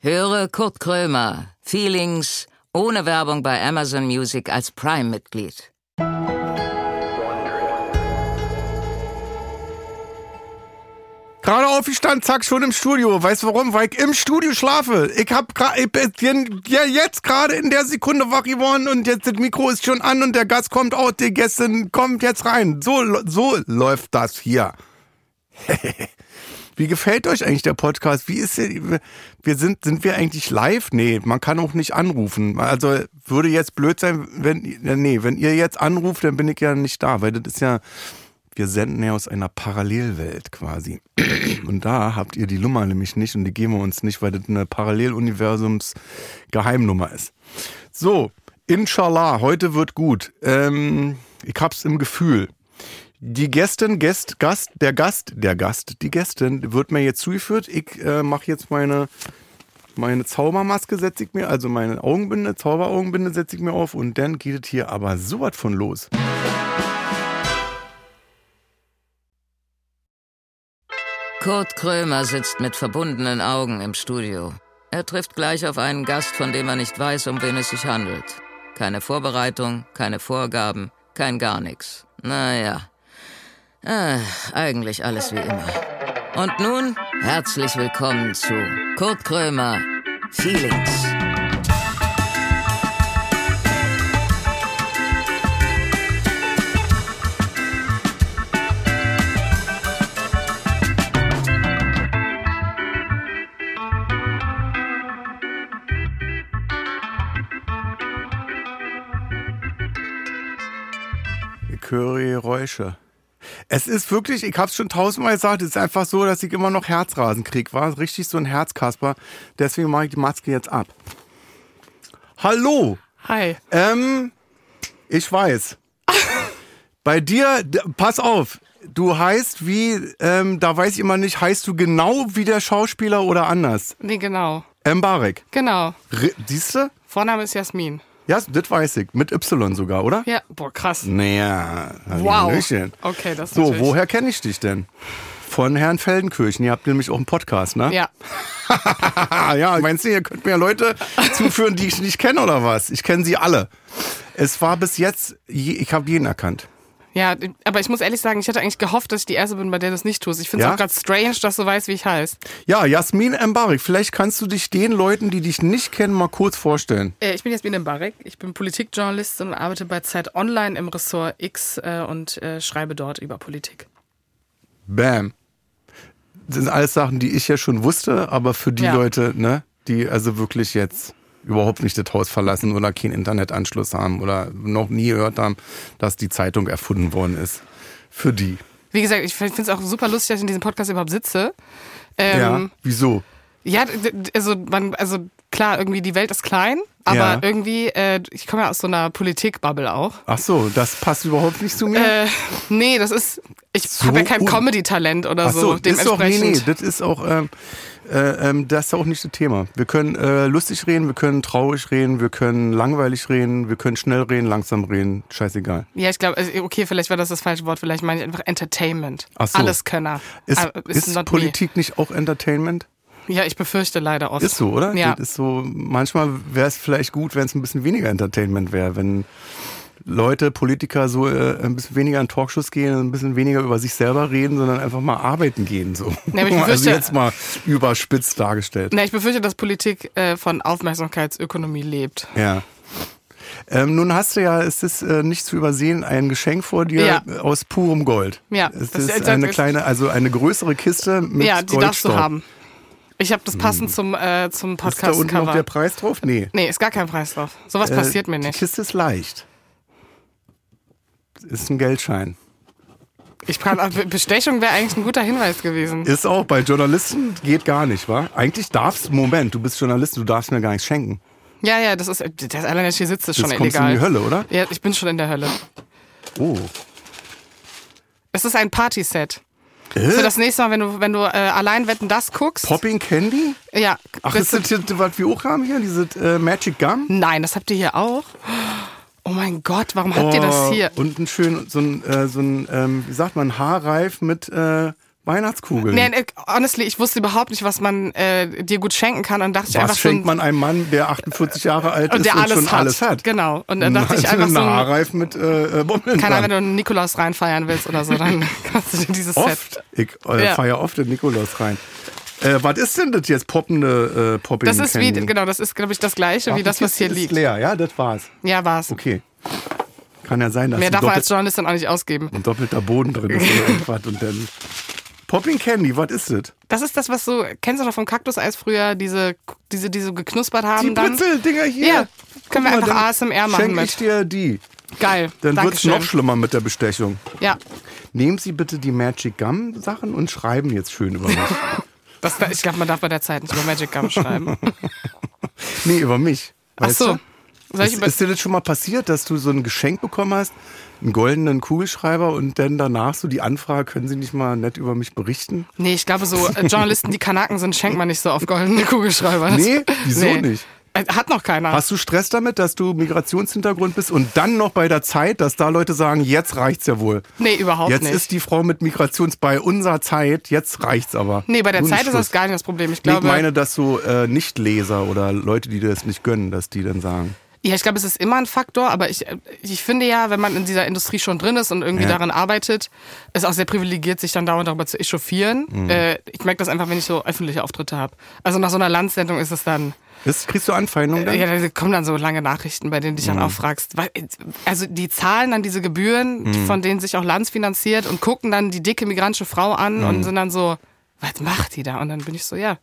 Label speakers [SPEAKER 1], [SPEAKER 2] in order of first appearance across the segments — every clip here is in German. [SPEAKER 1] Höre Kurt Krömer, Feelings, ohne Werbung bei Amazon Music als Prime-Mitglied.
[SPEAKER 2] Gerade aufgestanden, zack, schon im Studio. Weißt du warum? Weil ich im Studio schlafe. Ich hab gra- ich bin ja jetzt gerade in der Sekunde wach geworden und jetzt das Mikro ist schon an und der Gast kommt auch, die Gästin kommt jetzt rein. So, so läuft das hier. Wie gefällt euch eigentlich der Podcast? Wie ist der, wir sind, sind wir eigentlich live? Nee, man kann auch nicht anrufen. Also würde jetzt blöd sein, wenn, nee, wenn ihr jetzt anruft, dann bin ich ja nicht da, weil das ist ja, wir senden ja aus einer Parallelwelt quasi. Und da habt ihr die Nummer nämlich nicht und die geben wir uns nicht, weil das eine Paralleluniversums Geheimnummer ist. So, inshallah, heute wird gut. Ähm, ich hab's im Gefühl. Die Gästin, Gäst, Gast, der Gast, der Gast, die Gästin wird mir jetzt zugeführt. Ich äh, mache jetzt meine, meine Zaubermaske, setze ich mir, also meine Augenbinde, Zauberaugenbinde setze ich mir auf und dann geht es hier aber sowas von los.
[SPEAKER 1] Kurt Krömer sitzt mit verbundenen Augen im Studio. Er trifft gleich auf einen Gast, von dem er nicht weiß, um wen es sich handelt. Keine Vorbereitung, keine Vorgaben, kein gar nichts. Naja, äh, eigentlich alles wie immer. Und nun herzlich willkommen zu Kurt Krömer, Feelings.
[SPEAKER 2] Ich höre Geräusche. Es ist wirklich, ich habe es schon tausendmal gesagt, es ist einfach so, dass ich immer noch Herzrasen krieg. War richtig so ein Herzkasper. Deswegen mache ich die Maske jetzt ab. Hallo,
[SPEAKER 3] Hi.
[SPEAKER 2] ähm, ich weiß. Bei dir, d- pass auf, du heißt wie, ähm, da weiß ich immer nicht, heißt du genau wie der Schauspieler oder anders?
[SPEAKER 3] Nee, genau.
[SPEAKER 2] Embarek.
[SPEAKER 3] Genau.
[SPEAKER 2] R- Siehst du?
[SPEAKER 3] Vorname ist Jasmin.
[SPEAKER 2] Ja, das weiß ich. Mit Y sogar, oder?
[SPEAKER 3] Ja, boah, krass.
[SPEAKER 2] Naja, Hallöchen.
[SPEAKER 3] Okay, das ist
[SPEAKER 2] Mhm. So,
[SPEAKER 3] natürlich-
[SPEAKER 2] woher kenne ich dich denn? Von Herrn Feldenkirchen. Ihr habt nämlich auch einen Podcast, ne?
[SPEAKER 3] Ja,
[SPEAKER 2] Ah, ja. Meinst du, ihr könnt mir Leute zuführen, die ich nicht kenne oder was? Ich kenne sie alle. Es war bis jetzt, je, ich habe jeden erkannt.
[SPEAKER 3] ja, aber ich muss ehrlich sagen, ich hätte eigentlich gehofft, dass ich die Erste bin, bei der du es nicht tust. Ich finde es
[SPEAKER 2] Ja?
[SPEAKER 3] auch gerade strange, dass du weißt, wie ich heiße.
[SPEAKER 2] Ja, Jasmin Embarek, vielleicht kannst du dich den Leuten, die dich nicht kennen, mal kurz vorstellen.
[SPEAKER 3] Äh, ich bin Jasmin Mbarek, ich bin Politikjournalistin und arbeite bei Zeit Online im Ressort X äh, und äh, schreibe dort über Politik.
[SPEAKER 2] Bam. Das sind alles Sachen, die ich ja schon wusste, aber für die
[SPEAKER 3] Ja.
[SPEAKER 2] Leute, ne, die also wirklich jetzt überhaupt nicht das Haus verlassen oder keinen Internetanschluss haben oder noch nie gehört haben, dass die Zeitung erfunden worden ist. Für die.
[SPEAKER 3] Wie gesagt, ich finde es auch super lustig, dass ich in diesem Podcast überhaupt sitze.
[SPEAKER 2] ja.
[SPEAKER 3] Ähm,
[SPEAKER 2] Wieso?
[SPEAKER 3] Ja, d- d- also man, also klar, irgendwie die Welt ist klein, aber
[SPEAKER 2] Ja.
[SPEAKER 3] irgendwie, äh, ich komme ja aus so einer Politikbubble auch.
[SPEAKER 2] Ach so, das passt überhaupt nicht zu mir.
[SPEAKER 3] Äh, nee, das ist. Ich
[SPEAKER 2] So
[SPEAKER 3] habe ja kein
[SPEAKER 2] un-
[SPEAKER 3] Comedy-Talent oder
[SPEAKER 2] Ach so,
[SPEAKER 3] so.
[SPEAKER 2] das ist doch, nee, nee,
[SPEAKER 3] also Dementsprechend.
[SPEAKER 2] das ist auch, ähm, äh, ähm, das ist auch nicht das Thema. Wir können äh, lustig reden, wir können traurig reden, wir können langweilig reden, wir können schnell reden, langsam reden, scheißegal.
[SPEAKER 3] ja, ich glaube, also, okay, vielleicht war das das falsche Wort. Vielleicht meine ich einfach Entertainment.
[SPEAKER 2] Ach so.
[SPEAKER 3] Alleskönner.
[SPEAKER 2] Ist,
[SPEAKER 3] Aber it's
[SPEAKER 2] ist
[SPEAKER 3] Ah, not me.
[SPEAKER 2] Politik nicht auch Entertainment?
[SPEAKER 3] Ja, ich befürchte leider oft.
[SPEAKER 2] Ist so, oder?
[SPEAKER 3] Ja.
[SPEAKER 2] Das ist so, manchmal wäre es vielleicht gut, wenn es ein bisschen weniger Entertainment wäre, wenn Leute, Politiker so äh, ein bisschen weniger in Talkshows gehen, ein bisschen weniger über sich selber reden, sondern einfach mal arbeiten gehen. So.
[SPEAKER 3] Nee, aber ich
[SPEAKER 2] also
[SPEAKER 3] befürchte-
[SPEAKER 2] jetzt mal überspitzt dargestellt.
[SPEAKER 3] Na, ich befürchte, dass Politik äh, von Aufmerksamkeitsökonomie lebt.
[SPEAKER 2] Ja. Ähm, nun hast du ja, es ist äh, nicht zu übersehen, ein Geschenk vor dir
[SPEAKER 3] Ja.
[SPEAKER 2] äh, aus purem Gold.
[SPEAKER 3] Ja.
[SPEAKER 2] Es
[SPEAKER 3] Das-
[SPEAKER 2] ist
[SPEAKER 3] das-
[SPEAKER 2] eine
[SPEAKER 3] das-
[SPEAKER 2] kleine, also eine größere Kiste mit
[SPEAKER 3] ja, die darfst du
[SPEAKER 2] Goldstaub. Hm.
[SPEAKER 3] haben. Ich habe das passend zum, äh, zum
[SPEAKER 2] Ist da unten noch der
[SPEAKER 3] Podcast-Cover.
[SPEAKER 2] Preis drauf? Nee.
[SPEAKER 3] Nee, ist gar kein Preis drauf. Sowas
[SPEAKER 2] Äh,
[SPEAKER 3] passiert mir
[SPEAKER 2] Die
[SPEAKER 3] nicht.
[SPEAKER 2] Kiste ist leicht. Ist ein Geldschein.
[SPEAKER 3] Ich kann, Bestechung wäre eigentlich ein guter Hinweis gewesen.
[SPEAKER 2] Ist auch bei Journalisten geht gar nicht, wa? Eigentlich darfst Moment, du bist Journalist, du darfst mir gar nichts schenken.
[SPEAKER 3] Ja, ja, das ist, das allein, dass ich hier sitze, ist schon
[SPEAKER 2] Jetzt kommst du
[SPEAKER 3] illegal.
[SPEAKER 2] in die Hölle, oder?
[SPEAKER 3] Ja, ich bin schon in der Hölle.
[SPEAKER 2] Oh.
[SPEAKER 3] Es ist ein Partyset. Für
[SPEAKER 2] Äh?
[SPEAKER 3] das nächste Mal, wenn du, wenn du äh, allein wetten das guckst.
[SPEAKER 2] Popping Candy?
[SPEAKER 3] ja.
[SPEAKER 2] Ach,
[SPEAKER 3] bist
[SPEAKER 2] ist
[SPEAKER 3] du,
[SPEAKER 2] das hier, was wir auch haben hier? Diese äh, Magic Gum?
[SPEAKER 3] nein, das habt ihr hier auch. Oh mein Gott, warum habt ihr
[SPEAKER 2] Oh,
[SPEAKER 3] das hier?
[SPEAKER 2] Und ein schön, so ein, äh, so ein ähm, wie sagt man, Haarreif mit, äh, Weihnachtskugeln.
[SPEAKER 3] Nee, nee, äh, honestly, ich wusste überhaupt nicht, was man äh, dir gut schenken kann und dachte ich einfach
[SPEAKER 2] Was schenkt
[SPEAKER 3] so ein-
[SPEAKER 2] man einem Mann, der 48 Jahre alt
[SPEAKER 3] und
[SPEAKER 2] ist
[SPEAKER 3] der
[SPEAKER 2] und
[SPEAKER 3] alles
[SPEAKER 2] schon
[SPEAKER 3] hat.
[SPEAKER 2] alles hat? Also
[SPEAKER 3] Genau. Und dann dachte ich einfach
[SPEAKER 2] einen
[SPEAKER 3] so ein-
[SPEAKER 2] Haarreif mit äh, äh, Bommeln
[SPEAKER 3] Keine Ahnung,
[SPEAKER 2] dran.
[SPEAKER 3] wenn du einen Nikolaus reinfeiern willst oder so, dann kannst du dir dieses Set.
[SPEAKER 2] Oft. Ich äh,
[SPEAKER 3] Ja.
[SPEAKER 2] feier oft den Nikolaus rein. Äh, was ist denn das jetzt? Poppende äh, Popping
[SPEAKER 3] Das ist wie,
[SPEAKER 2] Candy?
[SPEAKER 3] genau, das ist, glaube ich, das gleiche wie das, was hier
[SPEAKER 2] ist
[SPEAKER 3] liegt.
[SPEAKER 2] leer, ja, das war's.
[SPEAKER 3] Ja, war's.
[SPEAKER 2] Okay. Kann ja sein, dass
[SPEAKER 3] Mehr
[SPEAKER 2] ein,
[SPEAKER 3] darf man als
[SPEAKER 2] doppelt,
[SPEAKER 3] Journalist dann auch nicht ausgeben.
[SPEAKER 2] ein doppelter Boden drin ist oder irgendwas. Und dann Popping Candy, was ist das?
[SPEAKER 3] Das ist das, was so, kennst du noch vom Kaktuseis früher, diese, diese, die so geknuspert haben
[SPEAKER 2] Die
[SPEAKER 3] dann?
[SPEAKER 2] Blitzeldinger hier.
[SPEAKER 3] Ja, können wir
[SPEAKER 2] Guck mal,
[SPEAKER 3] einfach
[SPEAKER 2] dann
[SPEAKER 3] ASMR machen
[SPEAKER 2] Schenke
[SPEAKER 3] mit.
[SPEAKER 2] ich dir die.
[SPEAKER 3] Geil.
[SPEAKER 2] Dann wird's
[SPEAKER 3] Dankeschön.
[SPEAKER 2] noch schlimmer mit der Bestechung.
[SPEAKER 3] Ja,
[SPEAKER 2] Nehmen Sie bitte die Magic Gum Sachen und schreiben jetzt schön über mich.
[SPEAKER 3] das, ich glaube, man darf bei der Zeit nicht über Magic Gum schreiben.
[SPEAKER 2] nee, über mich.
[SPEAKER 3] Ach
[SPEAKER 2] weißt
[SPEAKER 3] so.
[SPEAKER 2] du?
[SPEAKER 3] Soll ich
[SPEAKER 2] ist,
[SPEAKER 3] über
[SPEAKER 2] ist dir das schon mal passiert, dass du so ein Geschenk bekommen hast, einen goldenen Kugelschreiber und dann danach so die Anfrage, können Sie nicht mal nett über mich berichten?
[SPEAKER 3] Nee, ich glaube, so äh, Journalisten, die Kanaken sind, schenkt man nicht so auf goldene Kugelschreiber. Das-
[SPEAKER 2] Nee, wieso nicht?
[SPEAKER 3] Äh, Hat noch keiner.
[SPEAKER 2] Hast du Stress damit, dass du Migrationshintergrund bist und dann noch bei der Zeit, dass da Leute sagen, jetzt reicht's ja wohl.
[SPEAKER 3] Nee, überhaupt
[SPEAKER 2] jetzt
[SPEAKER 3] nicht.
[SPEAKER 2] ist die Frau mit Migrations bei unserer Zeit, jetzt reicht's aber.
[SPEAKER 3] nee, bei der
[SPEAKER 2] Nun
[SPEAKER 3] Zeit ist
[SPEAKER 2] Schluss.
[SPEAKER 3] das gar nicht das Problem. Ich
[SPEAKER 2] Nee,
[SPEAKER 3] glaube,
[SPEAKER 2] Ich meine, dass so äh, Nichtleser oder Leute, die dir das nicht gönnen, dass die dann sagen.
[SPEAKER 3] ja, ich glaube, es ist immer ein Faktor, aber ich, äh, ich finde ja, wenn man in dieser Industrie schon drin ist und irgendwie
[SPEAKER 2] Ja.
[SPEAKER 3] daran arbeitet, ist auch sehr privilegiert, sich dann dauernd darüber zu echauffieren.
[SPEAKER 2] Mhm.
[SPEAKER 3] Äh, ich merke das einfach, wenn ich so öffentliche Auftritte habe. Also nach so einer Landsendung ist es dann,
[SPEAKER 2] Das, kriegst du Anfeindungen dann?
[SPEAKER 3] Äh,
[SPEAKER 2] Mhm.
[SPEAKER 3] ja, da kommen dann so lange Nachrichten, bei denen dich dann auch fragst. Weil, also die zahlen dann diese Gebühren,
[SPEAKER 2] Mhm.
[SPEAKER 3] von denen sich auch Lanz finanziert und gucken dann die dicke migrantische Frau an
[SPEAKER 2] Mhm.
[SPEAKER 3] und sind dann so, was macht die da? Und dann bin ich so, ja.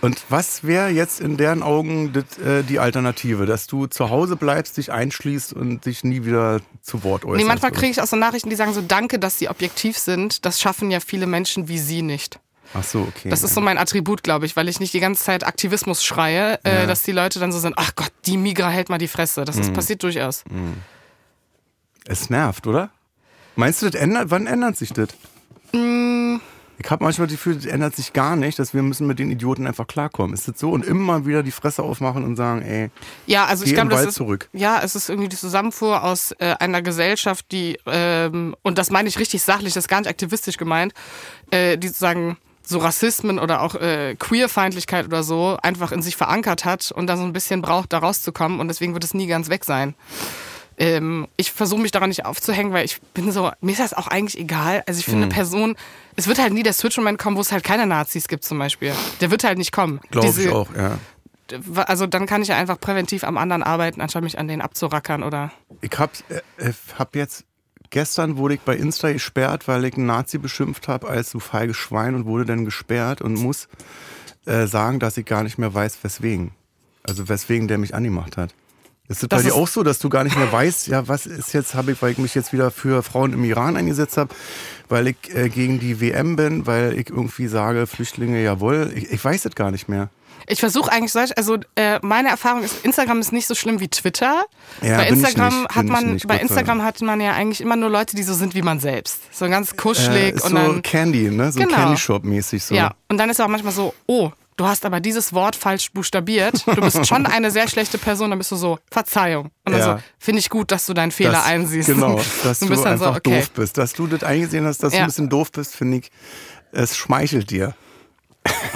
[SPEAKER 2] Und was wäre jetzt in deren Augen das, äh, die Alternative? Dass du zu Hause bleibst, dich einschließt und dich nie wieder zu Wort äußerst?
[SPEAKER 3] Nee, manchmal
[SPEAKER 2] oder?
[SPEAKER 3] kriege ich auch so Nachrichten, die sagen so, danke, dass sie objektiv sind. Das schaffen ja viele Menschen wie sie nicht.
[SPEAKER 2] Ach so, okay.
[SPEAKER 3] Das ist so mein Attribut, glaube ich, weil ich nicht die ganze Zeit Aktivismus schreie, äh, dass die Leute dann so sind, ach Gott, die Migra hält mal die Fresse. Das ist, passiert durchaus.
[SPEAKER 2] es nervt, oder? Meinst du, das ändert? Wann ändert sich das?
[SPEAKER 3] Mm.
[SPEAKER 2] Ich habe manchmal das Gefühl, das ändert sich gar nicht, dass wir müssen mit den Idioten einfach klarkommen. Ist das so? Und immer wieder die Fresse aufmachen und sagen, ey,
[SPEAKER 3] Ja, also
[SPEAKER 2] Geh
[SPEAKER 3] ich
[SPEAKER 2] im
[SPEAKER 3] glaube, das
[SPEAKER 2] Wald
[SPEAKER 3] ist,
[SPEAKER 2] zurück.
[SPEAKER 3] ja, es ist irgendwie die Zusammenfuhr aus äh, einer Gesellschaft, die ähm, und das meine ich richtig sachlich, das ist gar nicht aktivistisch gemeint, äh, die sozusagen so Rassismen oder auch äh, Queerfeindlichkeit oder so einfach in sich verankert hat und dann so ein bisschen braucht, da rauszukommen und deswegen wird es nie ganz weg sein. Ähm, ich versuche mich daran nicht aufzuhängen, weil ich bin so, mir ist das auch eigentlich egal. Also ich finde
[SPEAKER 2] Hm.
[SPEAKER 3] Personen, es wird halt nie der Switch-Moment kommen, wo es halt keine Nazis gibt zum Beispiel. Der wird halt nicht kommen.
[SPEAKER 2] glaube ich
[SPEAKER 3] Diese-
[SPEAKER 2] auch, ja.
[SPEAKER 3] also dann kann ich ja einfach präventiv am anderen arbeiten, anstatt mich an den abzurackern oder.
[SPEAKER 2] Ich hab, äh, äh, hab jetzt, gestern wurde ich bei Insta gesperrt, weil ich einen Nazi beschimpft habe als du feiges Schwein und wurde dann gesperrt und muss äh, sagen, dass ich gar nicht mehr weiß, weswegen. Also weswegen der mich angemacht hat. Ist das,
[SPEAKER 3] Das
[SPEAKER 2] bei
[SPEAKER 3] ist-
[SPEAKER 2] dir auch so, dass du gar nicht mehr weißt, ja, was ist jetzt, habe ich, weil ich mich jetzt wieder für Frauen im Iran eingesetzt habe, weil ich äh, gegen die WM bin, weil ich irgendwie sage, Flüchtlinge, jawohl, ich, ich weiß das gar nicht mehr.
[SPEAKER 3] Ich versuche eigentlich solch, also äh, meine Erfahrung ist, Instagram ist nicht so schlimm wie Twitter.
[SPEAKER 2] Ja,
[SPEAKER 3] bei
[SPEAKER 2] bin ich
[SPEAKER 3] Instagram
[SPEAKER 2] nicht,
[SPEAKER 3] hat
[SPEAKER 2] bin
[SPEAKER 3] man,
[SPEAKER 2] ich nicht,
[SPEAKER 3] bei
[SPEAKER 2] Gott sei Dank.
[SPEAKER 3] Instagram hat man ja eigentlich immer nur Leute, die so sind wie man selbst. So ganz kuschelig
[SPEAKER 2] Äh, ist
[SPEAKER 3] und
[SPEAKER 2] so
[SPEAKER 3] dann.
[SPEAKER 2] Candy, ne? So
[SPEAKER 3] Genau.
[SPEAKER 2] Candy Shop mäßig so.
[SPEAKER 3] Ja. Und dann ist auch manchmal so, oh, du hast aber dieses Wort falsch buchstabiert. Du bist schon eine sehr schlechte Person, dann bist du so, Verzeihung. Und dann
[SPEAKER 2] Ja.
[SPEAKER 3] so, finde ich gut, dass du deinen Fehler
[SPEAKER 2] dass-
[SPEAKER 3] einsiehst.
[SPEAKER 2] Genau, dass du
[SPEAKER 3] Und bist dann so,
[SPEAKER 2] einfach
[SPEAKER 3] okay.
[SPEAKER 2] doof bist. Dass du das eingesehen hast, dass du
[SPEAKER 3] Ja.
[SPEAKER 2] ein bisschen doof bist, finde ich, es schmeichelt dir.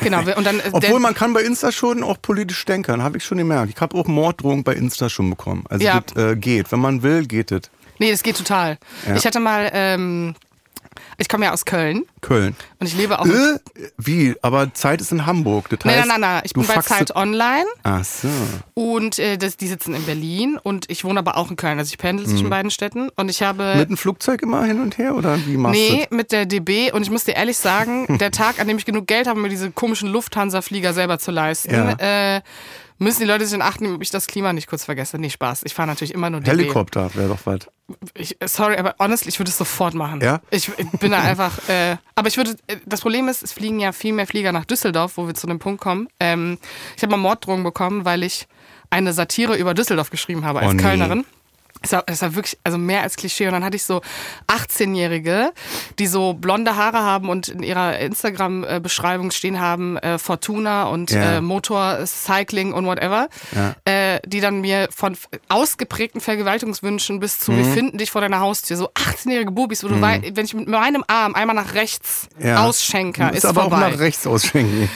[SPEAKER 3] Genau. Und dann, äh,
[SPEAKER 2] Obwohl
[SPEAKER 3] der-
[SPEAKER 2] man kann bei Insta schon auch politisch denkern, habe ich schon gemerkt. Ich habe auch Morddrohungen bei Insta schon bekommen. Also
[SPEAKER 3] Ja.
[SPEAKER 2] das äh, geht, wenn man will, geht das.
[SPEAKER 3] Nee, das geht total.
[SPEAKER 2] Ja.
[SPEAKER 3] Ich hatte mal, ähm, ich komme ja aus Köln
[SPEAKER 2] Köln.
[SPEAKER 3] und ich lebe auch. Nee,
[SPEAKER 2] Äh, wie? Aber Zeit ist in Hamburg. Das
[SPEAKER 3] nein,
[SPEAKER 2] heißt,
[SPEAKER 3] nein, nein. Ich
[SPEAKER 2] du
[SPEAKER 3] bin bei
[SPEAKER 2] faxest-
[SPEAKER 3] Zeit Online
[SPEAKER 2] Ach so.
[SPEAKER 3] und äh, das, die sitzen in Berlin und ich wohne aber auch in Köln. Also ich pendel zwischen beiden Städten und ich habe.
[SPEAKER 2] Mhm. Mit dem Flugzeug immer hin und her oder wie machst du
[SPEAKER 3] Nee,
[SPEAKER 2] das?
[SPEAKER 3] mit der DB und ich muss dir ehrlich sagen, der Tag, an dem ich genug Geld habe, um mir diese komischen Lufthansa-Flieger selber zu leisten, äh, müssen die Leute sich in Acht nehmen, ob ich das Klima nicht kurz vergesse. Nee, Spaß. Ich fahre natürlich immer nur DB.
[SPEAKER 2] Helikopter wäre doch was.
[SPEAKER 3] Ich, äh, sorry, aber honestly, ich würde es sofort machen.
[SPEAKER 2] Ja?
[SPEAKER 3] Ich bin da einfach. Äh, aber ich würde. äh, Das Problem ist, es fliegen ja viel mehr Flieger nach Düsseldorf, wo wir zu dem Punkt kommen. Ähm, ich habe mal Morddrohungen bekommen, weil ich eine Satire über Düsseldorf geschrieben habe als
[SPEAKER 2] Oh, nee.
[SPEAKER 3] Kölnerin. Es war, es war wirklich, also mehr als Klischee. Und dann hatte ich so 18-Jährige, die so blonde Haare haben und in ihrer Instagram-Beschreibung stehen haben, äh, Fortuna und
[SPEAKER 2] Ja.
[SPEAKER 3] äh, Motor, Cycling und whatever.
[SPEAKER 2] Ja.
[SPEAKER 3] Äh, äh, die dann mir von f- ausgeprägten Vergewaltigungswünschen bis zu,
[SPEAKER 2] Mhm.
[SPEAKER 3] wir finden dich vor deiner Haustür, so 18-jährige Bubis, wo du wei- wenn ich mit meinem Arm einmal nach rechts
[SPEAKER 2] Ja.
[SPEAKER 3] ausschenke,
[SPEAKER 2] Muss
[SPEAKER 3] ist
[SPEAKER 2] aber
[SPEAKER 3] vorbei. Äh.
[SPEAKER 2] auch nach rechts ausschenken.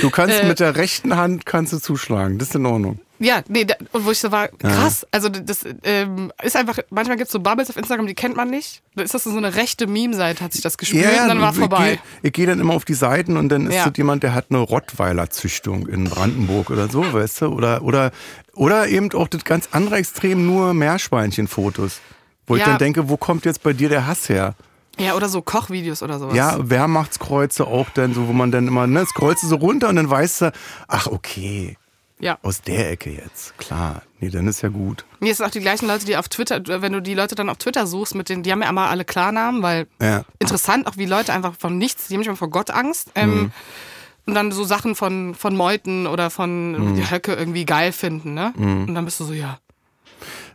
[SPEAKER 2] du kannst mit der rechten Hand kannst du zuschlagen. Das ist in Ordnung.
[SPEAKER 3] Ja, nee, da, und wo ich so war, krass, also das ähm, ist einfach, manchmal gibt's so Bubbles auf Instagram, die kennt man nicht. Da ist das so eine rechte Meme-Seite, hat sich das gespielt und dann war
[SPEAKER 2] ich
[SPEAKER 3] vorbei.
[SPEAKER 2] geh- Ich gehe dann immer auf die Seiten und dann ist
[SPEAKER 3] Ja.
[SPEAKER 2] das jemand, der hat eine Rottweiler-Züchtung in Brandenburg oder so, weißt du? Oder, oder, oder eben auch das ganz andere Extrem, nur Meerschweinchen-Fotos. Wo ich
[SPEAKER 3] Ja.
[SPEAKER 2] dann denke, wo kommt jetzt bei dir der Hass her?
[SPEAKER 3] Ja, oder so Kochvideos oder sowas.
[SPEAKER 2] Ja, Wehrmachtskreuze auch dann, so, wo man dann immer, ne, das Kreuz so runter und dann weißt du, ach okay,
[SPEAKER 3] ja.
[SPEAKER 2] aus der Ecke jetzt, klar. Nee, dann ist ja gut.
[SPEAKER 3] Mir sind auch die gleichen Leute, die auf Twitter, wenn du die Leute dann auf Twitter suchst, mit denen, die haben ja immer alle Klarnamen, weil
[SPEAKER 2] Ja.
[SPEAKER 3] interessant auch wie Leute einfach von nichts, die haben schon vor Gott Angst. Ähm,
[SPEAKER 2] Mhm.
[SPEAKER 3] Und dann so Sachen von, von Meuten oder von
[SPEAKER 2] Mhm.
[SPEAKER 3] die Höcke irgendwie geil finden, ne? Und dann bist du so, ja.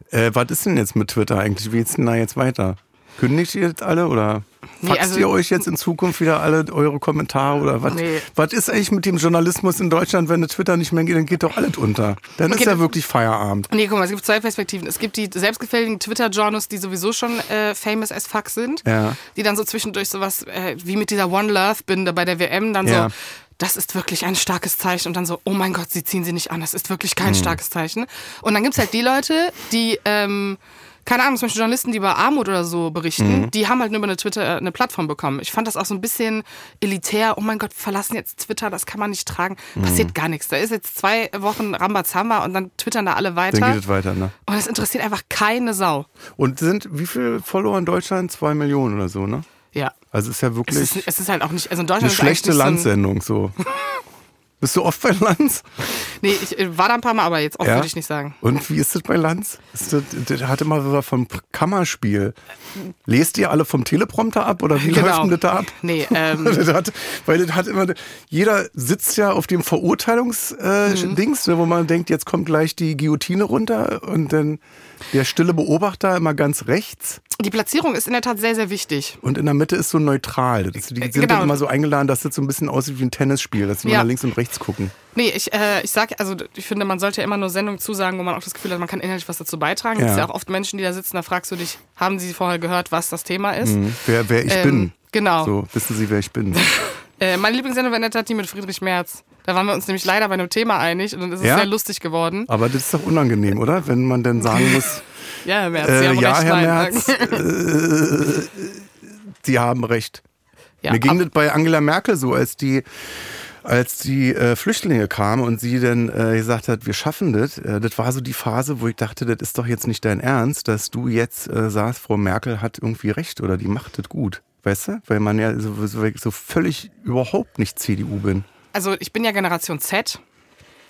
[SPEAKER 2] Äh, was ist denn jetzt mit Twitter eigentlich? Wie geht's denn da jetzt weiter? Kündigt ihr jetzt alle oder faxt
[SPEAKER 3] Nee, also-
[SPEAKER 2] ihr euch jetzt in Zukunft wieder alle eure Kommentare oder was?
[SPEAKER 3] Nee.
[SPEAKER 2] Was ist eigentlich mit dem Journalismus in Deutschland, wenn das Twitter nicht mehr geht, dann geht doch alles unter. Dann
[SPEAKER 3] Okay,
[SPEAKER 2] ist ja
[SPEAKER 3] das-
[SPEAKER 2] wirklich Feierabend.
[SPEAKER 3] Nee, guck mal, es gibt zwei Perspektiven. Es gibt die selbstgefälligen Twitter-Journos, die sowieso schon äh, famous as fuck sind,
[SPEAKER 2] Ja.
[SPEAKER 3] die dann so zwischendurch sowas äh, wie mit dieser One Love-Binde bei der WM dann
[SPEAKER 2] Ja.
[SPEAKER 3] so, das ist wirklich ein starkes Zeichen und dann so, oh mein Gott, sie ziehen sie nicht an, das ist wirklich kein starkes Zeichen. Und dann gibt's halt die Leute, die, ähm, keine Ahnung, zum Beispiel Journalisten, die über Armut oder so berichten, die haben halt nur über eine Twitter äh, eine Plattform bekommen. Ich fand das auch so ein bisschen elitär, oh mein Gott, wir verlassen jetzt Twitter, das kann man nicht tragen. Passiert gar nichts. Da ist jetzt zwei Wochen Rambazamba und dann twittern da alle weiter.
[SPEAKER 2] Dann geht es weiter, ne?
[SPEAKER 3] Und das interessiert einfach keine Sau.
[SPEAKER 2] Und sind wie viele Follower in Deutschland? Zwei Millionen oder so, ne?
[SPEAKER 3] Ja.
[SPEAKER 2] Also ist ja
[SPEAKER 3] Es ist,
[SPEAKER 2] wirklich
[SPEAKER 3] es ist halt auch nicht. Also
[SPEAKER 2] eine
[SPEAKER 3] in Deutschland ist
[SPEAKER 2] schlechte
[SPEAKER 3] eigentlich nicht
[SPEAKER 2] Landsendung so. Bist du oft bei Lanz?
[SPEAKER 3] So ein, nee, ich äh, war da ein paar Mal, aber jetzt auch würde ich nicht sagen.
[SPEAKER 2] Und wie ist das bei Lanz? Ist das, das hat immer so was vom Kammerspiel. Lest ihr alle vom Teleprompter ab oder
[SPEAKER 3] Genau.
[SPEAKER 2] wie läuft denn das da ab?
[SPEAKER 3] Nee, ähm,
[SPEAKER 2] Das hat, weil das hat immer, jeder sitzt ja auf dem Verurteilungsdings, äh,
[SPEAKER 3] Mhm.
[SPEAKER 2] Dings, ne, wo man denkt, jetzt kommt gleich die Guillotine runter und dann der stille Beobachter immer ganz rechts
[SPEAKER 3] die Platzierung ist in der Tat sehr, sehr wichtig.
[SPEAKER 2] und in der Mitte ist so neutral. Das, die sind
[SPEAKER 3] Genau.
[SPEAKER 2] dann immer so eingeladen, dass das so ein bisschen aussieht wie ein Tennisspiel, dass die immer
[SPEAKER 3] Ja.
[SPEAKER 2] nach links und rechts gucken.
[SPEAKER 3] Nee, ich, äh, ich sag, also ich finde, man sollte immer nur Sendungen zusagen, wo man auch das Gefühl hat, man kann inhaltlich was dazu beitragen. Es
[SPEAKER 2] Ja.
[SPEAKER 3] gibt ja auch oft Menschen, die da sitzen, da fragst du dich, haben sie vorher gehört, was das Thema ist?
[SPEAKER 2] Wer, wer ich
[SPEAKER 3] Ähm,
[SPEAKER 2] bin.
[SPEAKER 3] Genau.
[SPEAKER 2] So, wissen Sie, wer ich bin.
[SPEAKER 3] Äh, meine Lieblingssendung war in der Tat die mit Friedrich Merz. Da waren wir uns nämlich leider bei einem Thema einig und dann ist
[SPEAKER 2] Ja?
[SPEAKER 3] es sehr lustig geworden.
[SPEAKER 2] Aber das ist doch unangenehm, oder? Wenn man dann sagen muss,
[SPEAKER 3] Ja, Herr Merz, Sie
[SPEAKER 2] äh,
[SPEAKER 3] haben
[SPEAKER 2] ja,
[SPEAKER 3] recht.
[SPEAKER 2] Herr
[SPEAKER 3] nein.
[SPEAKER 2] Merz, äh, Sie haben recht.
[SPEAKER 3] Ja,
[SPEAKER 2] Mir ging
[SPEAKER 3] ab-
[SPEAKER 2] das bei Angela Merkel so, als die, als die äh, Flüchtlinge kamen und sie dann äh, gesagt hat, wir schaffen das. Äh, das war so die Phase, wo ich dachte, das ist doch jetzt nicht dein Ernst, dass du jetzt äh, sagst, Frau Merkel hat irgendwie recht oder die macht das gut. Weißt du? Weil man ja so, so, so völlig überhaupt nicht CDU bin.
[SPEAKER 3] Also ich bin ja Generation Z.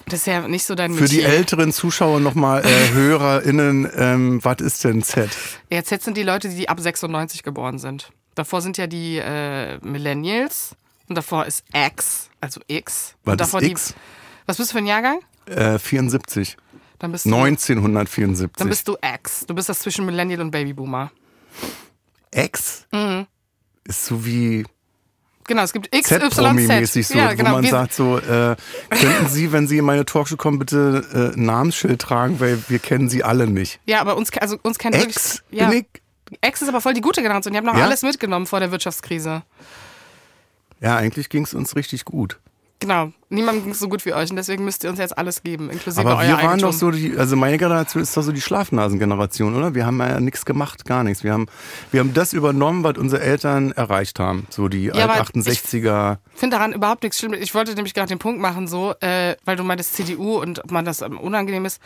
[SPEAKER 3] Das ist ja nicht so dein
[SPEAKER 2] Für die
[SPEAKER 3] Metier.
[SPEAKER 2] älteren Zuschauer nochmal, äh, HörerInnen, ähm, was ist denn Z?
[SPEAKER 3] Ja, Z sind die Leute, die ab 96 geboren sind. Davor sind ja die äh, Millennials und davor ist X, also X.
[SPEAKER 2] Was
[SPEAKER 3] und
[SPEAKER 2] ist
[SPEAKER 3] davor
[SPEAKER 2] X?
[SPEAKER 3] Die, was bist du für ein Jahrgang?
[SPEAKER 2] Äh, 74.
[SPEAKER 3] Dann
[SPEAKER 2] ne?
[SPEAKER 3] bist du,
[SPEAKER 2] 1974.
[SPEAKER 3] dann bist du X. Du bist das zwischen Millennial und Babyboomer.
[SPEAKER 2] Ex ist so wie
[SPEAKER 3] Genau, es gibt X, Mhm. Y,
[SPEAKER 2] Z-Promi-mäßig
[SPEAKER 3] Z. genau.
[SPEAKER 2] so, wo man
[SPEAKER 3] wir-
[SPEAKER 2] sagt so, äh, könnten Sie, wenn Sie in meine Talkshow kommen, bitte äh, ein Namensschild tragen, weil wir kennen Sie alle nicht.
[SPEAKER 3] ja, aber uns, also uns kennt
[SPEAKER 2] Ex
[SPEAKER 3] wirklich. Ja.
[SPEAKER 2] bin ich?
[SPEAKER 3] Ex ist aber voll die gute Generation. Die haben noch
[SPEAKER 2] Ja?
[SPEAKER 3] alles mitgenommen vor der Wirtschaftskrise.
[SPEAKER 2] Ja, eigentlich ging es uns richtig gut.
[SPEAKER 3] Genau. Niemandem ging so gut wie euch und deswegen müsst ihr uns jetzt alles geben, inklusive
[SPEAKER 2] Aber
[SPEAKER 3] euer
[SPEAKER 2] wir waren
[SPEAKER 3] Eigentum.
[SPEAKER 2] doch so, die, also meine Generation ist doch so die Schlafnasen-Generation, oder? Wir haben ja nichts gemacht, gar nichts. Wir haben, wir haben das übernommen, was unsere Eltern erreicht haben. So die
[SPEAKER 3] aber
[SPEAKER 2] alt 68er.
[SPEAKER 3] finde daran überhaupt nichts schlimm. Ich wollte nämlich gerade den Punkt machen, so, äh, weil du meintest CDU und ob man das ähm, unangenehm ist.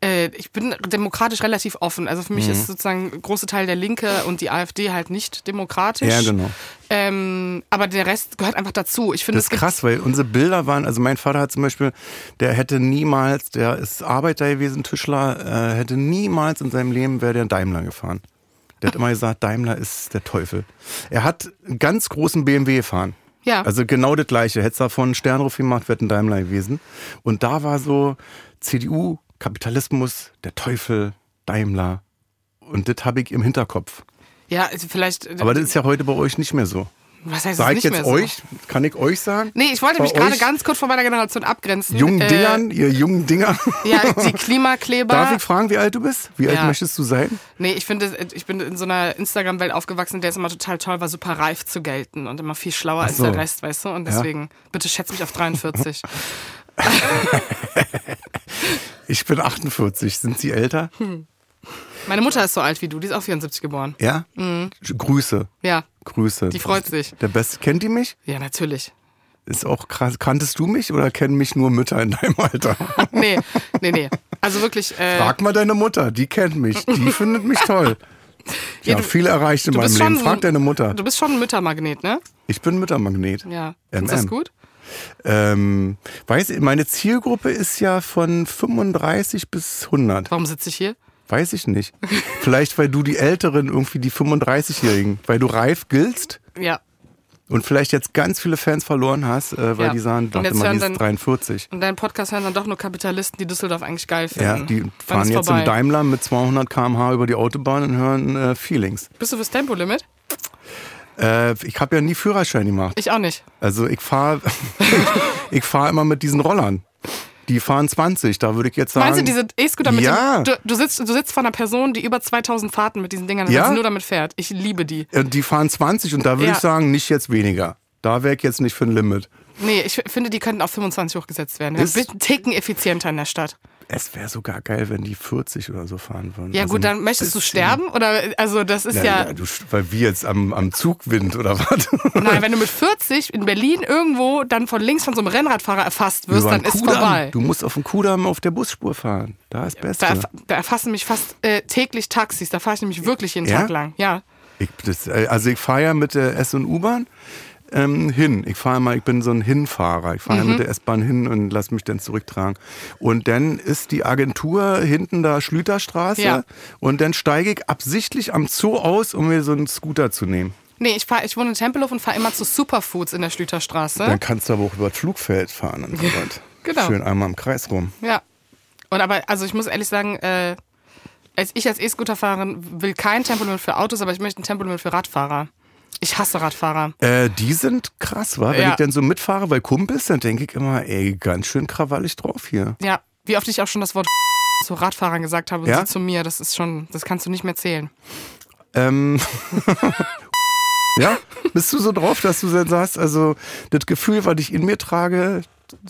[SPEAKER 3] Äh, ich bin demokratisch relativ offen. Also für
[SPEAKER 2] Mhm.
[SPEAKER 3] mich ist sozusagen ein großer Teil der Linke und die AfD halt nicht demokratisch.
[SPEAKER 2] Ja, genau.
[SPEAKER 3] Ähm, aber der Rest gehört einfach dazu. Ich finde,
[SPEAKER 2] Das
[SPEAKER 3] es
[SPEAKER 2] ist
[SPEAKER 3] gibt
[SPEAKER 2] krass, weil unsere Bilder waren, also mein Vater hat zum Beispiel, der hätte niemals, der ist Arbeiter gewesen, Tischler, äh, hätte niemals in seinem Leben wäre der Daimler gefahren. Der hat immer gesagt, Daimler ist der Teufel. Er hat einen ganz großen BMW gefahren.
[SPEAKER 3] Ja.
[SPEAKER 2] Also genau das gleiche. Hätte es davon einen Sternruf gemacht, wäre ein Daimler gewesen. Und da war so CDU, Kapitalismus, der Teufel, Daimler. Und das habe ich im Hinterkopf.
[SPEAKER 3] ja, also vielleicht.
[SPEAKER 2] Aber das ist ja heute bei euch nicht mehr so.
[SPEAKER 3] Was heißt
[SPEAKER 2] Sag
[SPEAKER 3] es
[SPEAKER 2] ich
[SPEAKER 3] nicht
[SPEAKER 2] jetzt
[SPEAKER 3] mehr so?
[SPEAKER 2] euch? Kann ich euch sagen?
[SPEAKER 3] Nee, ich wollte
[SPEAKER 2] Bei
[SPEAKER 3] mich gerade
[SPEAKER 2] euch
[SPEAKER 3] ganz kurz von meiner Generation abgrenzen.
[SPEAKER 2] Jungen
[SPEAKER 3] Äh,
[SPEAKER 2] Dingern, ihr jungen Dinger.
[SPEAKER 3] Ja, die Klimakleber.
[SPEAKER 2] Darf ich fragen, wie alt du bist? Wie alt
[SPEAKER 3] Ja.
[SPEAKER 2] möchtest du sein?
[SPEAKER 3] Nee, ich finde, ich bin in so einer Instagram-Welt aufgewachsen, in der es immer total toll war, super reif zu gelten und immer viel schlauer als
[SPEAKER 2] so.
[SPEAKER 3] der Rest, weißt du? Und deswegen, bitte schätze mich auf 43.
[SPEAKER 2] Ich bin 48. Sind sie älter?
[SPEAKER 3] Hm. Meine Mutter ist so alt wie du, die ist auch 74 geboren.
[SPEAKER 2] Ja? Grüße.
[SPEAKER 3] Ja,
[SPEAKER 2] Grüße.
[SPEAKER 3] Hm. Die freut sich.
[SPEAKER 2] Der Beste. Kennt die mich?
[SPEAKER 3] ja, natürlich.
[SPEAKER 2] Ist auch krass. Kanntest du mich oder kennen mich nur Mütter in deinem Alter?
[SPEAKER 3] Nee, nee, nee. Also wirklich, äh,
[SPEAKER 2] Frag mal deine Mutter, die kennt mich. Die findet mich toll. Ja,
[SPEAKER 3] du-
[SPEAKER 2] viel erreicht in
[SPEAKER 3] du
[SPEAKER 2] meinem
[SPEAKER 3] bist
[SPEAKER 2] Leben.
[SPEAKER 3] schon-
[SPEAKER 2] Frag deine Mutter.
[SPEAKER 3] du bist schon ein Müttermagnet, ne?
[SPEAKER 2] Ich bin Müttermagnet.
[SPEAKER 3] Ja.
[SPEAKER 2] MM.
[SPEAKER 3] Ist das gut?
[SPEAKER 2] Ähm, weiß, meine Zielgruppe ist ja von 35 bis 100.
[SPEAKER 3] Warum sitze ich hier?
[SPEAKER 2] Weiß ich nicht. Vielleicht, weil du die Älteren, irgendwie die 35-Jährigen, weil du reif giltst
[SPEAKER 3] Ja.
[SPEAKER 2] und vielleicht jetzt ganz viele Fans verloren hast, äh, weil
[SPEAKER 3] Ja.
[SPEAKER 2] die sagen,
[SPEAKER 3] Und
[SPEAKER 2] dachte
[SPEAKER 3] jetzt
[SPEAKER 2] mal,
[SPEAKER 3] hören
[SPEAKER 2] die ist
[SPEAKER 3] dann-
[SPEAKER 2] 43.
[SPEAKER 3] Und deinen Podcast hören dann doch nur Kapitalisten, die Düsseldorf eigentlich geil finden.
[SPEAKER 2] Ja, die
[SPEAKER 3] Dann
[SPEAKER 2] fahren
[SPEAKER 3] ist
[SPEAKER 2] jetzt
[SPEAKER 3] vorbei.
[SPEAKER 2] im Daimler mit 200 km/h über die Autobahn und hören äh, Feelings.
[SPEAKER 3] Bist du fürs Tempolimit?
[SPEAKER 2] Äh, ich habe ja nie Führerschein gemacht.
[SPEAKER 3] Ich auch nicht.
[SPEAKER 2] Also ich fahre ich fahr immer mit diesen Rollern. Die fahren 20, da würde ich jetzt sagen.
[SPEAKER 3] Meinst du diese E-Scooter mit
[SPEAKER 2] Ja.
[SPEAKER 3] dem, du, du sitzt du sitzt vor einer Person, die über 2000 Fahrten mit diesen Dingern
[SPEAKER 2] Ja.
[SPEAKER 3] ja? nur damit fährt. Ich liebe die.
[SPEAKER 2] Äh, Die fahren 20 und da würde
[SPEAKER 3] Ja.
[SPEAKER 2] ich sagen, nicht jetzt weniger. Da wäre ich jetzt nicht für ein Limit.
[SPEAKER 3] Nee, ich finde, die könnten auf 25 hochgesetzt werden. Wir
[SPEAKER 2] Ist-
[SPEAKER 3] sind einen Ticken effizienter in der Stadt.
[SPEAKER 2] Es wäre sogar geil, wenn die 40 oder so fahren würden.
[SPEAKER 3] Ja
[SPEAKER 2] Also
[SPEAKER 3] gut, dann
[SPEAKER 2] ein
[SPEAKER 3] möchtest du
[SPEAKER 2] bisschen-
[SPEAKER 3] sterben oder also das ist
[SPEAKER 2] Ja,
[SPEAKER 3] ja,
[SPEAKER 2] ja. du, weil wir jetzt am, am Zugwind oder was?
[SPEAKER 3] nein, wenn du mit 40 in Berlin irgendwo dann von links von so einem Rennradfahrer erfasst wirst,
[SPEAKER 2] Über
[SPEAKER 3] dann
[SPEAKER 2] den
[SPEAKER 3] ist
[SPEAKER 2] Kudamm.
[SPEAKER 3] vorbei.
[SPEAKER 2] Du musst auf dem Kudamm auf der Busspur fahren. Da ist Beste.
[SPEAKER 3] Da, erf da erfassen mich fast äh, täglich Taxis. Da fahre ich nämlich wirklich jeden
[SPEAKER 2] Ja?
[SPEAKER 3] Tag lang. Ja.
[SPEAKER 2] Ich, das, äh, also ich fahre ja mit der S- und U-Bahn ähm, hin. Ich fahre mal, ich bin so ein Hinfahrer. Ich
[SPEAKER 3] Mhm.
[SPEAKER 2] fahre ja mit der S-Bahn hin und lass mich dann zurücktragen. Und dann ist die Agentur hinten da Schlüterstraße
[SPEAKER 3] Ja.
[SPEAKER 2] und dann steige ich absichtlich am Zoo aus, um mir so einen Scooter zu nehmen.
[SPEAKER 3] Nee, ich, fahr, ich wohne in Tempelhof und fahre immer zu Superfoods in der Schlüterstraße.
[SPEAKER 2] Dann kannst du aber auch über das Flugfeld fahren und so was.
[SPEAKER 3] Genau.
[SPEAKER 2] Schön einmal im Kreis rum.
[SPEAKER 3] Ja. Und aber, also ich muss ehrlich sagen, äh, als ich als E-Scooter-Fahrerin will kein Tempolimit für Autos, aber ich möchte ein Tempolimit für Radfahrer. Ich hasse Radfahrer.
[SPEAKER 2] Äh, die sind krass, wa? Wenn
[SPEAKER 3] Ja.
[SPEAKER 2] ich dann so mitfahre bei Kumpels, dann denke ich immer, ey, ganz schön krawallig drauf hier.
[SPEAKER 3] Ja, wie oft ich auch schon das Wort zu Radfahrern gesagt habe und
[SPEAKER 2] Ja?
[SPEAKER 3] sie zu mir, das ist schon, das kannst du nicht mehr zählen.
[SPEAKER 2] Ähm. ja? Bist du so drauf, dass du dann sagst, also das Gefühl, was ich in mir trage,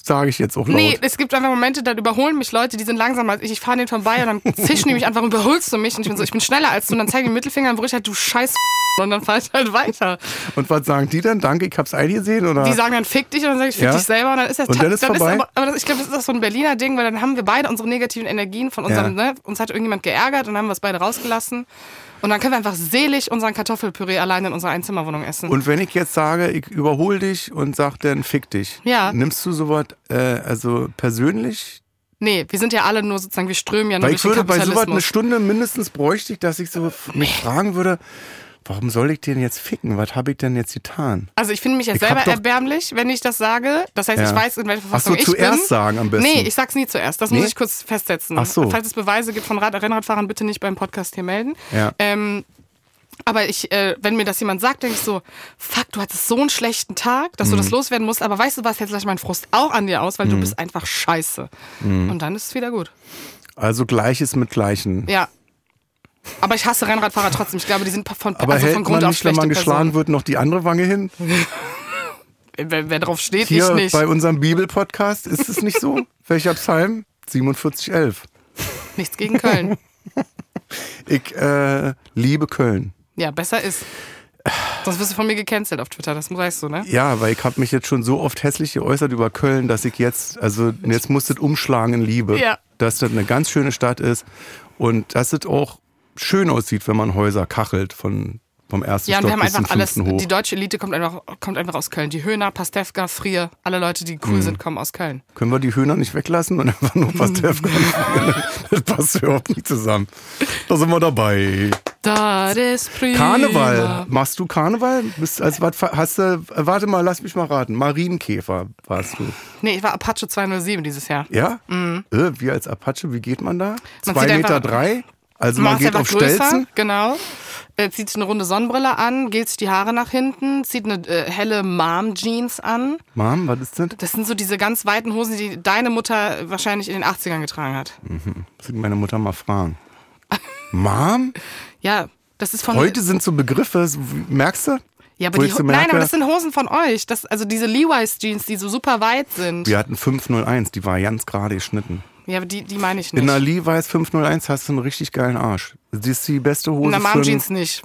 [SPEAKER 2] sage ich jetzt auch laut.
[SPEAKER 3] Nee, es gibt einfach Momente, dann überholen mich Leute, die sind langsamer als ich, ich fahre denen vorbei und dann zischen die mich einfach, überholst du mich und ich bin so, ich bin schneller als du und dann zeige ich den Mittelfinger und brüche halt, du scheiß und dann fahre ich halt weiter.
[SPEAKER 2] Und was sagen die dann? Danke, ich hab's eingesehen oder?
[SPEAKER 3] Die sagen dann fick dich und dann sage ich fick
[SPEAKER 2] Ja.
[SPEAKER 3] dich selber und dann ist das
[SPEAKER 2] Und dann ist vorbei?
[SPEAKER 3] aber, aber das, ich glaube, das ist das so ein Berliner Ding, weil dann haben wir beide unsere negativen Energien von unserem, ne, uns hat irgendjemand geärgert und haben wir es beide rausgelassen. Und dann können wir einfach selig unseren Kartoffelpüree alleine in unserer Einzimmerwohnung essen.
[SPEAKER 2] und wenn ich jetzt sage, ich überhole dich und sag dann fick dich.
[SPEAKER 3] Ja.
[SPEAKER 2] Nimmst du sowas äh, also persönlich?
[SPEAKER 3] nee, wir sind ja alle nur sozusagen, wir strömen ja nur
[SPEAKER 2] Weil
[SPEAKER 3] durch
[SPEAKER 2] ich würde
[SPEAKER 3] den
[SPEAKER 2] bei sowas eine
[SPEAKER 3] Kapitalismus. Äh.
[SPEAKER 2] Stunde mindestens bräuchte ich, dass ich so f- mich fragen würde, warum soll ich den jetzt ficken? Was habe ich denn jetzt getan?
[SPEAKER 3] also ich finde mich ja
[SPEAKER 2] Ich hab
[SPEAKER 3] selber
[SPEAKER 2] doch-
[SPEAKER 3] erbärmlich, wenn ich das sage. Das heißt,
[SPEAKER 2] Ja.
[SPEAKER 3] ich weiß, in welcher
[SPEAKER 2] Ach so,
[SPEAKER 3] Verfassung ich bin.
[SPEAKER 2] zuerst sagen am besten.
[SPEAKER 3] Nee, ich sag's nie zuerst. Das
[SPEAKER 2] Nee?
[SPEAKER 3] muss ich kurz festsetzen.
[SPEAKER 2] Ach so.
[SPEAKER 3] Falls es Beweise gibt von Rad Rennradfahrern, bitte nicht beim Podcast hier melden.
[SPEAKER 2] Ja.
[SPEAKER 3] Ähm, aber ich, äh, wenn mir das jemand sagt, denke ich so, fuck, du hattest so einen schlechten Tag, dass du
[SPEAKER 2] Mhm.
[SPEAKER 3] das loswerden musst, aber weißt du was, jetzt lass ich meinen Frust auch an dir aus, weil du bist einfach scheiße.
[SPEAKER 2] Mhm.
[SPEAKER 3] Und dann ist es wieder gut.
[SPEAKER 2] also Gleiches mit Gleichen.
[SPEAKER 3] Ja. Aber ich hasse Rennradfahrer trotzdem. Ich glaube, die sind von,
[SPEAKER 2] Aber
[SPEAKER 3] also
[SPEAKER 2] hält
[SPEAKER 3] von Grund
[SPEAKER 2] man
[SPEAKER 3] auf
[SPEAKER 2] nicht, wenn
[SPEAKER 3] schlechte
[SPEAKER 2] man geschlagen
[SPEAKER 3] Personen.
[SPEAKER 2] wird, noch die andere Wange hin?
[SPEAKER 3] Wer, wer drauf steht,
[SPEAKER 2] Hier
[SPEAKER 3] ich nicht.
[SPEAKER 2] bei unserem Bibelpodcast ist es nicht so? Welcher Psalm? 4711.
[SPEAKER 3] Nichts gegen Köln.
[SPEAKER 2] Ich äh, liebe Köln.
[SPEAKER 3] Ja, besser ist. Sonst wirst du von mir gecancelt auf Twitter, das weißt du, ne?
[SPEAKER 2] Ja, weil ich habe mich jetzt schon so oft hässlich geäußert über Köln, dass ich jetzt, also jetzt muss das umschlagen in Liebe.
[SPEAKER 3] Ja.
[SPEAKER 2] Dass das eine ganz schöne Stadt ist und dass es auch schön aussieht, wenn man Häuser kachelt von, vom ersten
[SPEAKER 3] Ja, und wir
[SPEAKER 2] Stock
[SPEAKER 3] haben
[SPEAKER 2] bis zum
[SPEAKER 3] einfach alles.
[SPEAKER 2] fünften hoch.
[SPEAKER 3] Die deutsche Elite kommt einfach, kommt einfach aus Köln. Die Höhner, Pastewka, Frier, alle Leute, die
[SPEAKER 2] Hm.
[SPEAKER 3] cool sind, kommen aus Köln.
[SPEAKER 2] Können wir die Hühner nicht weglassen und einfach nur Pastewka machen? Das passt überhaupt nicht zusammen. Da sind wir dabei.
[SPEAKER 3] Das ist prima.
[SPEAKER 2] Karneval. Machst du Karneval? Bist als was hast du äh, warte mal, lass mich mal raten. Marienkäfer warst du.
[SPEAKER 3] Nee, ich war Apache 207 dieses Jahr.
[SPEAKER 2] Ja? Äh, wie als Apache, wie geht man da?
[SPEAKER 3] Mhm. Man
[SPEAKER 2] Zwei
[SPEAKER 3] zieht
[SPEAKER 2] Meter
[SPEAKER 3] einfach-
[SPEAKER 2] drei? Also man
[SPEAKER 3] Mach's
[SPEAKER 2] geht
[SPEAKER 3] einfach
[SPEAKER 2] auf
[SPEAKER 3] größer,
[SPEAKER 2] Stelzen.
[SPEAKER 3] genau. Äh, zieht sich eine runde Sonnenbrille an, geht sich die Haare nach hinten, zieht eine äh, helle Mom-Jeans an.
[SPEAKER 2] Mom, was ist das?
[SPEAKER 3] Das sind so diese ganz weiten Hosen, die deine Mutter wahrscheinlich in den 80ern getragen hat.
[SPEAKER 2] Hm. Muss ich meine Mutter mal fragen. Mom?
[SPEAKER 3] Ja, das ist von
[SPEAKER 2] Heute sind so Begriffe, so- merkst du?
[SPEAKER 3] Ja, aber
[SPEAKER 2] Wo
[SPEAKER 3] die
[SPEAKER 2] ich so
[SPEAKER 3] Ho- Nein,
[SPEAKER 2] merke-
[SPEAKER 3] aber das sind Hosen von euch. Das, also diese Levi's Jeans, die so super weit sind. Ja,
[SPEAKER 2] Wir hatten 501, die war ganz gerade geschnitten.
[SPEAKER 3] aber die, die meine ich nicht.
[SPEAKER 2] In der Levi's 501 hast du einen richtig geilen Arsch. Die ist die beste Hose
[SPEAKER 3] In der
[SPEAKER 2] für
[SPEAKER 3] Mom
[SPEAKER 2] einen-
[SPEAKER 3] Jeans nicht.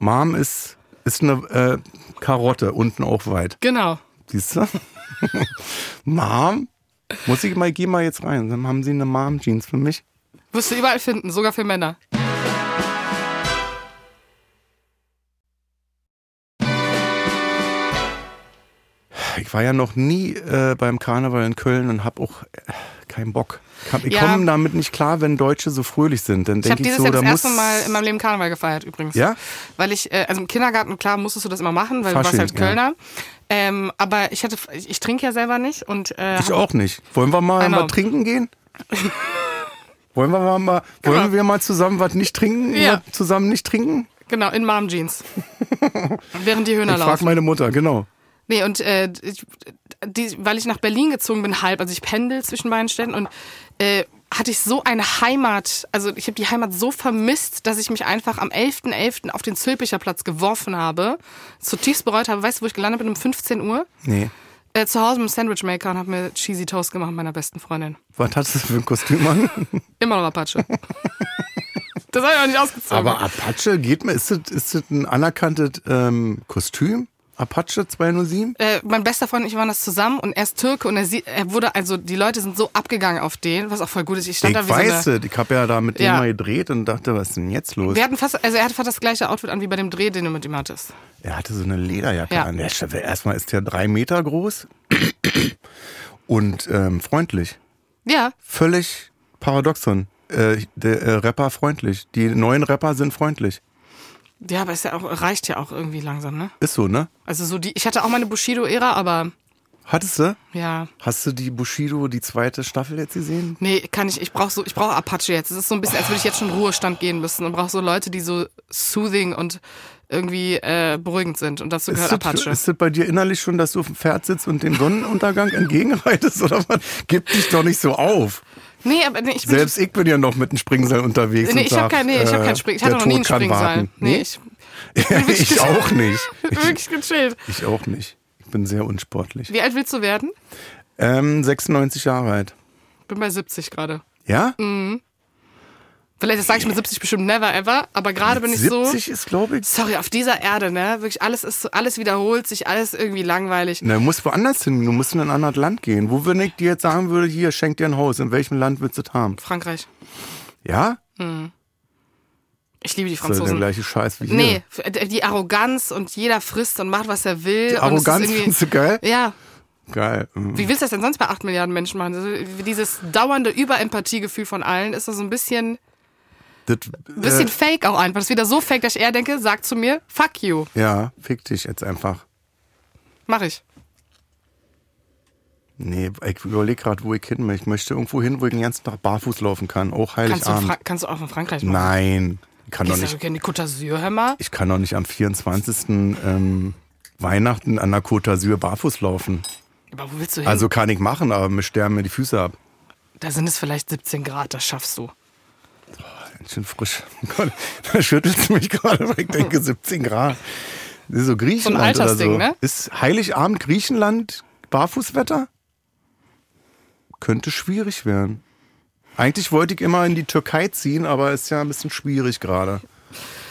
[SPEAKER 2] Mom ist, ist eine äh, Karotte, unten auch weit.
[SPEAKER 3] Genau.
[SPEAKER 2] Siehst du? Mom? Muss ich mal, geh mal jetzt rein. Dann haben sie eine Mom-Jeans für mich.
[SPEAKER 3] Wirst du überall finden, sogar für Männer.
[SPEAKER 2] Ich war ja noch nie äh, beim Karneval in Köln und habe auch äh, keinen Bock. Ich hab- Ich
[SPEAKER 3] Ja.
[SPEAKER 2] komme damit nicht klar, wenn Deutsche so fröhlich sind. Dann
[SPEAKER 3] Ich habe
[SPEAKER 2] denke ich,
[SPEAKER 3] dieses
[SPEAKER 2] so,
[SPEAKER 3] Jahr
[SPEAKER 2] da
[SPEAKER 3] das
[SPEAKER 2] muss.
[SPEAKER 3] erste Mal in meinem Leben Karneval gefeiert übrigens.
[SPEAKER 2] Ja?
[SPEAKER 3] Weil ich, äh, also im Kindergarten, klar, musstest du das immer machen, weil du
[SPEAKER 2] Fasching,
[SPEAKER 3] warst halt
[SPEAKER 2] ja.
[SPEAKER 3] Kölner. Ähm, aber ich hatte, ich, ich trinke ja selber nicht und äh,
[SPEAKER 2] ich auch nicht. Wollen wir mal,
[SPEAKER 3] Genau.
[SPEAKER 2] mal trinken gehen? wollen wir mal, mal wollen wir mal zusammen was nicht trinken?
[SPEAKER 3] Genau. Ja.
[SPEAKER 2] Was zusammen nicht trinken?
[SPEAKER 3] genau, in Mom Jeans. während die Hühner
[SPEAKER 2] Ich frag
[SPEAKER 3] laufen.
[SPEAKER 2] meine Mutter, genau.
[SPEAKER 3] Nee, und äh, ich, die, weil ich nach Berlin gezogen bin, halb, also ich pendel zwischen beiden Städten und äh, hatte ich so eine Heimat, also ich habe die Heimat so vermisst, dass ich mich einfach am 11.11. auf den Zülpicher Platz geworfen habe, zutiefst bereut habe. Weißt du, wo ich gelandet bin um 15 Uhr?
[SPEAKER 2] Nee.
[SPEAKER 3] Äh, zu Hause mit dem Sandwichmaker und habe mir Cheesy Toast gemacht mit meiner besten Freundin.
[SPEAKER 2] Was hattest du für ein Kostüm an?
[SPEAKER 3] Immer noch Apache. das habe ich auch nicht ausgezogen.
[SPEAKER 2] Aber Apache geht mir, ist das, ist das ein anerkanntes ähm, Kostüm? Apache 207?
[SPEAKER 3] äh, mein bester Freund und ich waren das zusammen und er ist Türke und er, sie- er wurde, also die Leute sind so abgegangen auf den, was auch voll gut ist. Ich
[SPEAKER 2] Ich
[SPEAKER 3] stand da wie so eine,
[SPEAKER 2] weiß es. Ich habe ja da mit dem
[SPEAKER 3] Ja.
[SPEAKER 2] mal gedreht und dachte, was ist denn jetzt los?
[SPEAKER 3] Wir hatten fast, also er hatte fast das gleiche Outfit an wie bei dem Dreh, den du mit ihm hattest.
[SPEAKER 2] Er hatte so eine Lederjacke
[SPEAKER 3] Ja.
[SPEAKER 2] an. Der Chef, erstmal ist der drei Meter groß und ähm, freundlich.
[SPEAKER 3] Ja,
[SPEAKER 2] Völlig paradoxon. Äh, der äh, Rapper freundlich. Die neuen Rapper sind freundlich.
[SPEAKER 3] ja, aber ist ja auch, reicht ja auch irgendwie langsam, ne?
[SPEAKER 2] Ist so, ne?
[SPEAKER 3] Also so die, ich hatte auch meine Bushido-Ära, aber
[SPEAKER 2] Hattest du?
[SPEAKER 3] ja,
[SPEAKER 2] Hast du die Bushido, die zweite Staffel jetzt gesehen?
[SPEAKER 3] nee, kann ich, ich brauche so, ich brauche Apache jetzt. Es ist so ein bisschen, als würde ich jetzt schon in Ruhestand gehen müssen und brauche so Leute, die so soothing und irgendwie äh, beruhigend sind. Und dazu gehört
[SPEAKER 2] Ist das,
[SPEAKER 3] Apache.
[SPEAKER 2] ist das bei dir innerlich schon, dass du auf dem Pferd sitzt und dem Sonnenuntergang entgegenreitest? Oder was? Gib dich doch nicht so auf.
[SPEAKER 3] Nee, aber nee, ich bin
[SPEAKER 2] Selbst ich bin ja noch mit einem Springseil unterwegs.
[SPEAKER 3] Nee,
[SPEAKER 2] und
[SPEAKER 3] ich habe
[SPEAKER 2] sag,
[SPEAKER 3] keinen, nee, ich hab
[SPEAKER 2] äh,
[SPEAKER 3] keinen Spring. Ich
[SPEAKER 2] der
[SPEAKER 3] hatte noch nie
[SPEAKER 2] Tod
[SPEAKER 3] einen
[SPEAKER 2] kann
[SPEAKER 3] Springseil.
[SPEAKER 2] warten.
[SPEAKER 3] Nee, ich
[SPEAKER 2] ich auch nicht.
[SPEAKER 3] bin wirklich gechillt.
[SPEAKER 2] Ich auch nicht. Ich bin sehr unsportlich.
[SPEAKER 3] Wie alt willst du werden?
[SPEAKER 2] Ähm, 96 Jahre alt.
[SPEAKER 3] Bin bei 70 gerade.
[SPEAKER 2] Ja?
[SPEAKER 3] Hm, Vielleicht sage ich mit 70 bestimmt never ever, aber gerade bin ich so.
[SPEAKER 2] 70 ist, glaube ich.
[SPEAKER 3] Sorry, auf dieser Erde, ne? Wirklich alles ist so- alles wiederholt sich, alles irgendwie langweilig.
[SPEAKER 2] Na, du musst woanders hin. Du musst in ein anderes Land gehen. Wo, wenn ich dir jetzt sagen würde, hier, schenk dir ein Haus. In welchem Land willst du das haben?
[SPEAKER 3] Frankreich.
[SPEAKER 2] Ja?
[SPEAKER 3] Ich liebe die
[SPEAKER 2] Das ist ja der
[SPEAKER 3] Franzosen.
[SPEAKER 2] gleiche Scheiß wie hier.
[SPEAKER 3] Nee, f- äh, die Arroganz und jeder frisst und macht, was er will. und es ist
[SPEAKER 2] Arroganz
[SPEAKER 3] irgendwie-
[SPEAKER 2] findest du geil?
[SPEAKER 3] Ja,
[SPEAKER 2] Geil. Mhm.
[SPEAKER 3] wie willst du das denn sonst bei 8 Milliarden Menschen machen? Also, dieses dauernde Überempathiegefühl von allen ist so ein bisschen,
[SPEAKER 2] Äh. Das,
[SPEAKER 3] bisschen fake auch einfach. Das ist wieder so fake, dass ich eher denke, sag zu mir, fuck you,
[SPEAKER 2] äh, ja, fick dich jetzt einfach.
[SPEAKER 3] mach ich.
[SPEAKER 2] Nee, ich überlege gerade, wo ich hin möchte. Ich möchte irgendwo hin, wo ich den ganzen Tag barfuß laufen kann. Auch
[SPEAKER 3] Kannst du, in
[SPEAKER 2] Heiligabend.
[SPEAKER 3] Fra- kannst du auch in Frankreich machen?
[SPEAKER 2] Nein, ich kann doch
[SPEAKER 3] Gehst du
[SPEAKER 2] nicht.
[SPEAKER 3] in die Côte d'Azur, hör mal.
[SPEAKER 2] Ich kann doch nicht am 24. Ähm, Weihnachten an der Côte d'Azur barfuß laufen.
[SPEAKER 3] Aber wo willst du hin?
[SPEAKER 2] Also kann ich machen, aber mir sterben mir die Füße ab.
[SPEAKER 3] da sind es vielleicht 17 Grad, das schaffst du.
[SPEAKER 2] Ganz schön frisch. Oh Gott, da schüttelt es mich gerade, weil ich denke 17 Grad. Das ist so Griechenland oder
[SPEAKER 3] Altersding,
[SPEAKER 2] so.
[SPEAKER 3] ne?
[SPEAKER 2] Ist Heiligabend Griechenland Barfußwetter? Könnte schwierig werden. Eigentlich wollte ich immer in die Türkei ziehen, aber ist ja ein bisschen schwierig gerade.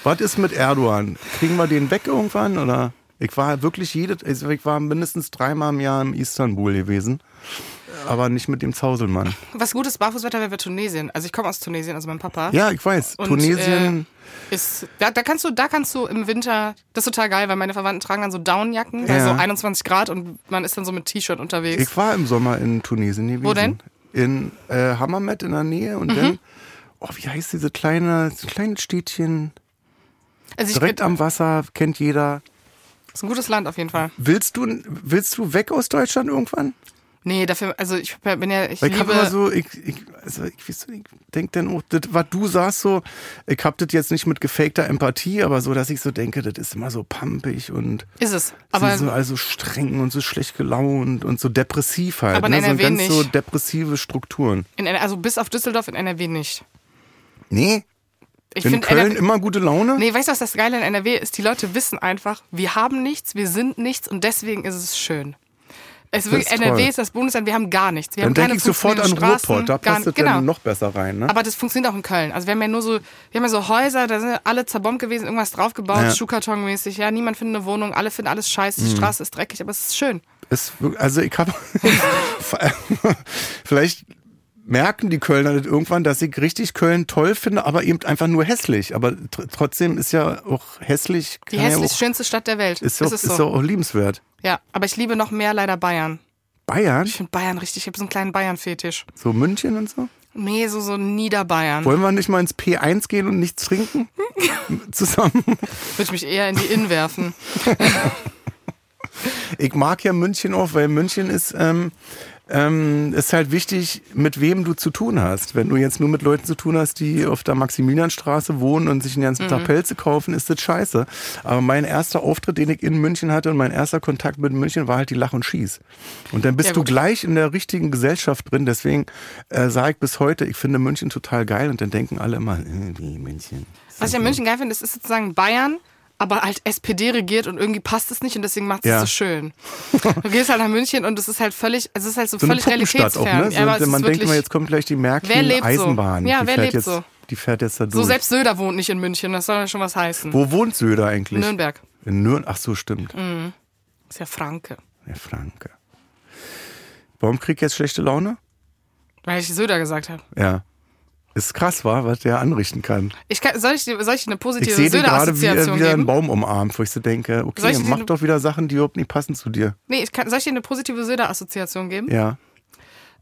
[SPEAKER 2] Was ist mit Erdogan? Kriegen wir den weg irgendwann oder? Ich war wirklich jede, also ich war mindestens dreimal im Jahr in Istanbul gewesen, aber nicht mit dem Zauselmann.
[SPEAKER 3] Was gutes Barfußwetter wäre, wäre Tunesien. Also ich komme aus Tunesien, also mein Papa.
[SPEAKER 2] Ja, ich weiß.
[SPEAKER 3] Und,
[SPEAKER 2] Tunesien.
[SPEAKER 3] Äh, ist, da, da kannst du, da kannst du im Winter, das ist total geil, weil meine Verwandten tragen dann so Downjacken, bei
[SPEAKER 2] Ja.
[SPEAKER 3] so 21 Grad und man ist dann so mit T-Shirt unterwegs.
[SPEAKER 2] Ich war im Sommer in Tunesien gewesen.
[SPEAKER 3] Wo denn? Mhm.
[SPEAKER 2] In äh, Hammamet in der Nähe und dann, oh, wie heißt diese kleine, dieses kleine Städtchen?
[SPEAKER 3] also ich,
[SPEAKER 2] Direkt
[SPEAKER 3] bin-
[SPEAKER 2] am Wasser, kennt jeder.
[SPEAKER 3] ist ein gutes Land auf jeden Fall.
[SPEAKER 2] Willst du, willst du weg aus Deutschland irgendwann?
[SPEAKER 3] Nee, dafür, also ich hab ja- bin ja, ich
[SPEAKER 2] Weil ich habe immer
[SPEAKER 3] liebe,
[SPEAKER 2] so, ich, ich, also ich, weiß nicht, ich denke dann auch, das, was du sagst, so, ich habe das jetzt nicht mit gefakter Empathie, aber so, dass ich so denke, das ist immer so pampig und
[SPEAKER 3] ist es.
[SPEAKER 2] aber
[SPEAKER 3] Aber
[SPEAKER 2] so also streng und so schlecht gelaunt und so depressiv halt.
[SPEAKER 3] Aber in
[SPEAKER 2] ne? So
[SPEAKER 3] NRW
[SPEAKER 2] ganz so
[SPEAKER 3] nicht.
[SPEAKER 2] depressive Strukturen.
[SPEAKER 3] in, NR also bis auf Düsseldorf in NRW nicht.
[SPEAKER 2] Nee,
[SPEAKER 3] Ich
[SPEAKER 2] in
[SPEAKER 3] finde
[SPEAKER 2] Köln immer gute Laune.
[SPEAKER 3] Nee, weißt du, was das Geile in NRW ist? Die Leute wissen einfach, wir haben nichts, wir sind nichts und deswegen ist es schön. Es ist wirklich,
[SPEAKER 2] ist
[SPEAKER 3] NRW
[SPEAKER 2] toll.
[SPEAKER 3] ist das Bundesland, wir haben gar nichts. Wir
[SPEAKER 2] dann
[SPEAKER 3] haben keine
[SPEAKER 2] denke ich sofort an
[SPEAKER 3] funktionierenden Straßen,
[SPEAKER 2] Ruhrpott, da
[SPEAKER 3] gar-
[SPEAKER 2] passt es
[SPEAKER 3] genau.
[SPEAKER 2] dann noch besser rein. Ne?
[SPEAKER 3] Aber das funktioniert auch in Köln. Also wir haben ja nur so, wir haben ja so Häuser, da sind ja alle zerbombt gewesen, irgendwas draufgebaut,
[SPEAKER 2] Ja. Mhm.
[SPEAKER 3] Schuhkartonmäßig. Ja, niemand findet eine Wohnung, alle finden alles scheiße, die Straße ist dreckig, aber es ist schön.
[SPEAKER 2] Es, wirk- also ich habe vielleicht merken die Kölner das irgendwann, dass ich richtig Köln toll finde, aber eben einfach nur hässlich. Aber tr trotzdem ist ja auch hässlich.
[SPEAKER 3] Die
[SPEAKER 2] kann
[SPEAKER 3] hässlich
[SPEAKER 2] ja
[SPEAKER 3] schönste Stadt der Welt.
[SPEAKER 2] auch, ist, ja auch,
[SPEAKER 3] es
[SPEAKER 2] ist,
[SPEAKER 3] so.
[SPEAKER 2] ja auch liebenswert.
[SPEAKER 3] Ja, aber ich liebe noch mehr leider Bayern.
[SPEAKER 2] Bayern,
[SPEAKER 3] Ich finde Bayern richtig, ich habe so einen kleinen Bayern-Fetisch.
[SPEAKER 2] so München und so.
[SPEAKER 3] Nee, so, so Niederbayern.
[SPEAKER 2] Wollen wir nicht mal ins P1 gehen und nichts trinken?
[SPEAKER 3] Hm.
[SPEAKER 2] Zusammen.
[SPEAKER 3] Würde ich mich eher in die Inn werfen.
[SPEAKER 2] Ich mag ja München auch, weil München ist, ähm, ähm, ist halt wichtig, mit wem du zu tun hast. Wenn du jetzt nur mit Leuten zu tun hast, die auf der Maximilianstraße wohnen und sich den ganzen
[SPEAKER 3] Mhm.
[SPEAKER 2] Tag Pelze kaufen, ist das scheiße. Aber mein erster Auftritt, den ich in München hatte und mein erster Kontakt mit München war halt die Lach und Schieß. Und dann bist
[SPEAKER 3] Ja,
[SPEAKER 2] du
[SPEAKER 3] gut.
[SPEAKER 2] gleich in der richtigen Gesellschaft drin. Deswegen äh, sage ich bis heute, ich finde München total geil und dann denken alle immer, äh, wie München.
[SPEAKER 3] Was ich in München geil finde, ist, ist sozusagen Bayern, aber halt SPD regiert und irgendwie passt es nicht und deswegen macht es
[SPEAKER 2] Ja.
[SPEAKER 3] so schön. Du gehst halt nach München und es ist halt völlig, es ist halt so,
[SPEAKER 2] so eine
[SPEAKER 3] völlig
[SPEAKER 2] Puppenstadt auch,
[SPEAKER 3] realitätsfern.
[SPEAKER 2] ne?
[SPEAKER 3] Ja, aber es
[SPEAKER 2] So,
[SPEAKER 3] ist
[SPEAKER 2] man denkt
[SPEAKER 3] wirklich,
[SPEAKER 2] immer, jetzt kommt gleich die Merkel
[SPEAKER 3] Wer lebt so?
[SPEAKER 2] Eisenbahn.
[SPEAKER 3] Ja,
[SPEAKER 2] die
[SPEAKER 3] wer
[SPEAKER 2] fährt
[SPEAKER 3] lebt
[SPEAKER 2] jetzt,
[SPEAKER 3] so?
[SPEAKER 2] Die fährt jetzt da durch.
[SPEAKER 3] so selbst Söder wohnt nicht in München, das soll ja schon was heißen.
[SPEAKER 2] Wo wohnt Söder eigentlich?
[SPEAKER 3] Nürnberg.
[SPEAKER 2] In Nürnberg. Ach so, stimmt.
[SPEAKER 3] Mm. Ist ja Franke.
[SPEAKER 2] Der Franke. Warum kriegt jetzt schlechte Laune?
[SPEAKER 3] Weil ich Söder gesagt habe.
[SPEAKER 2] Ja. Ist krass, war, was der anrichten kann.
[SPEAKER 3] Ich kann, soll, ich, dir- soll ich dir eine
[SPEAKER 2] Ich sehe
[SPEAKER 3] positive
[SPEAKER 2] den gerade, wie er
[SPEAKER 3] Söder-Assoziation
[SPEAKER 2] wieder einen
[SPEAKER 3] geben?
[SPEAKER 2] Baum umarmt, wo ich so denke,
[SPEAKER 3] Soll
[SPEAKER 2] okay,
[SPEAKER 3] ich dir
[SPEAKER 2] mach
[SPEAKER 3] den-
[SPEAKER 2] doch wieder Sachen, die überhaupt nicht passen zu dir.
[SPEAKER 3] Nee, ich kann, soll ich dir eine positive Söder-Assoziation geben?
[SPEAKER 2] Ja.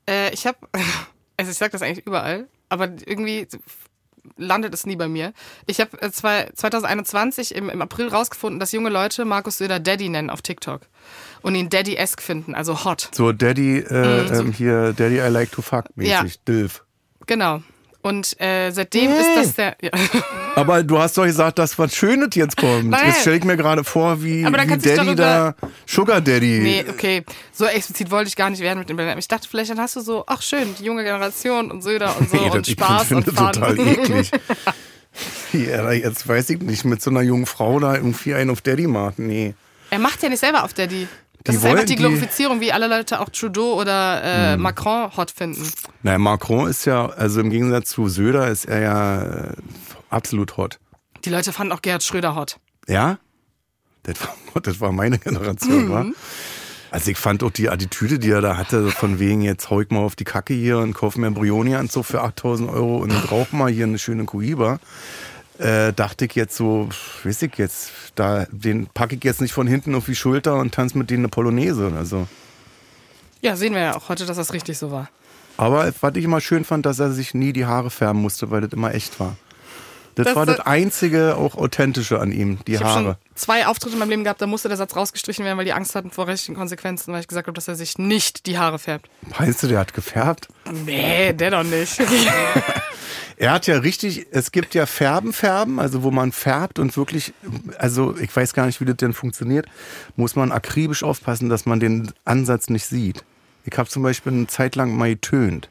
[SPEAKER 3] Äh, ich habe, also ich sag das eigentlich überall, aber irgendwie landet es nie bei mir. Ich habe 2021 im, im April rausgefunden, dass junge Leute Markus Söder Daddy nennen auf TikTok und ihn Daddy-esque finden, also hot.
[SPEAKER 2] So, Daddy, äh, ähm, hier, Daddy, I like to fuck mäßig.
[SPEAKER 3] Mm. Ja.
[SPEAKER 2] Dilf.
[SPEAKER 3] Genau. Und äh, seitdem ist das der. Ja.
[SPEAKER 2] Aber du hast doch gesagt, dass was Schönes jetzt kommt.
[SPEAKER 3] Nein.
[SPEAKER 2] Jetzt stelle ich mir gerade vor, wie,
[SPEAKER 3] Aber da
[SPEAKER 2] wie
[SPEAKER 3] kannst du dich
[SPEAKER 2] Daddy da
[SPEAKER 3] darüber-
[SPEAKER 2] Sugar Daddy.
[SPEAKER 3] Nee, okay. So explizit wollte ich gar nicht werden mit dem Benennung. Ich dachte, vielleicht dann hast du so, ach schön, die junge Generation und Söder und so
[SPEAKER 2] Nee,
[SPEAKER 3] und
[SPEAKER 2] das- ich
[SPEAKER 3] Spaß
[SPEAKER 2] find-
[SPEAKER 3] und
[SPEAKER 2] finde
[SPEAKER 3] Faden.
[SPEAKER 2] total eklig. ja, da jetzt weiß ich nicht, mit so einer jungen Frau da irgendwie einen auf Daddy macht. Nee.
[SPEAKER 3] Er macht ja nicht selber auf Daddy. Das
[SPEAKER 2] Die
[SPEAKER 3] ist einfach
[SPEAKER 2] wollen
[SPEAKER 3] die
[SPEAKER 2] die- Mhm.
[SPEAKER 3] Glorifizierung, wie alle Leute auch Trudeau oder äh, Macron hot finden.
[SPEAKER 2] Na, Macron ist ja, also im Gegensatz zu Söder ist er ja äh, absolut hot.
[SPEAKER 3] Die Leute fanden auch Gerhard Schröder hot.
[SPEAKER 2] Ja? Das war, das war meine Generation,
[SPEAKER 3] Mhm.
[SPEAKER 2] wa? Also ich fand auch die Attitüde, die er da hatte, von wegen jetzt hau ich mal auf die Kacke hier und kauf mir einen Brioni-Anzug für 8000 Euro und rauch mal hier eine schöne Cohiba. Äh, dachte ich jetzt so, weiß ich jetzt, da, den packe ich jetzt nicht von hinten auf die Schulter und tanze mit denen eine Polonaise oder so.
[SPEAKER 3] Ja, sehen wir ja auch heute, dass das richtig so war.
[SPEAKER 2] Aber was ich immer schön fand, dass er sich nie die Haare färben musste, weil das immer echt war. Das,
[SPEAKER 3] Das
[SPEAKER 2] war
[SPEAKER 3] so-
[SPEAKER 2] das einzige, auch authentische an ihm, die
[SPEAKER 3] Ich habe schon
[SPEAKER 2] Haare.
[SPEAKER 3] zwei Auftritte in meinem Leben gehabt, da musste der Satz rausgestrichen werden, weil die Angst hatten vor rechtlichen Konsequenzen, weil ich gesagt habe, dass er sich nicht die Haare färbt.
[SPEAKER 2] Weißt du, der hat gefärbt?
[SPEAKER 3] Nee, der doch nicht.
[SPEAKER 2] Er hat ja richtig, es gibt ja Färben, Färben, also wo man färbt und wirklich, also ich weiß gar nicht, wie das denn funktioniert, muss man akribisch aufpassen, dass man den Ansatz nicht sieht. Ich habe zum Beispiel eine Zeit lang mal getönt.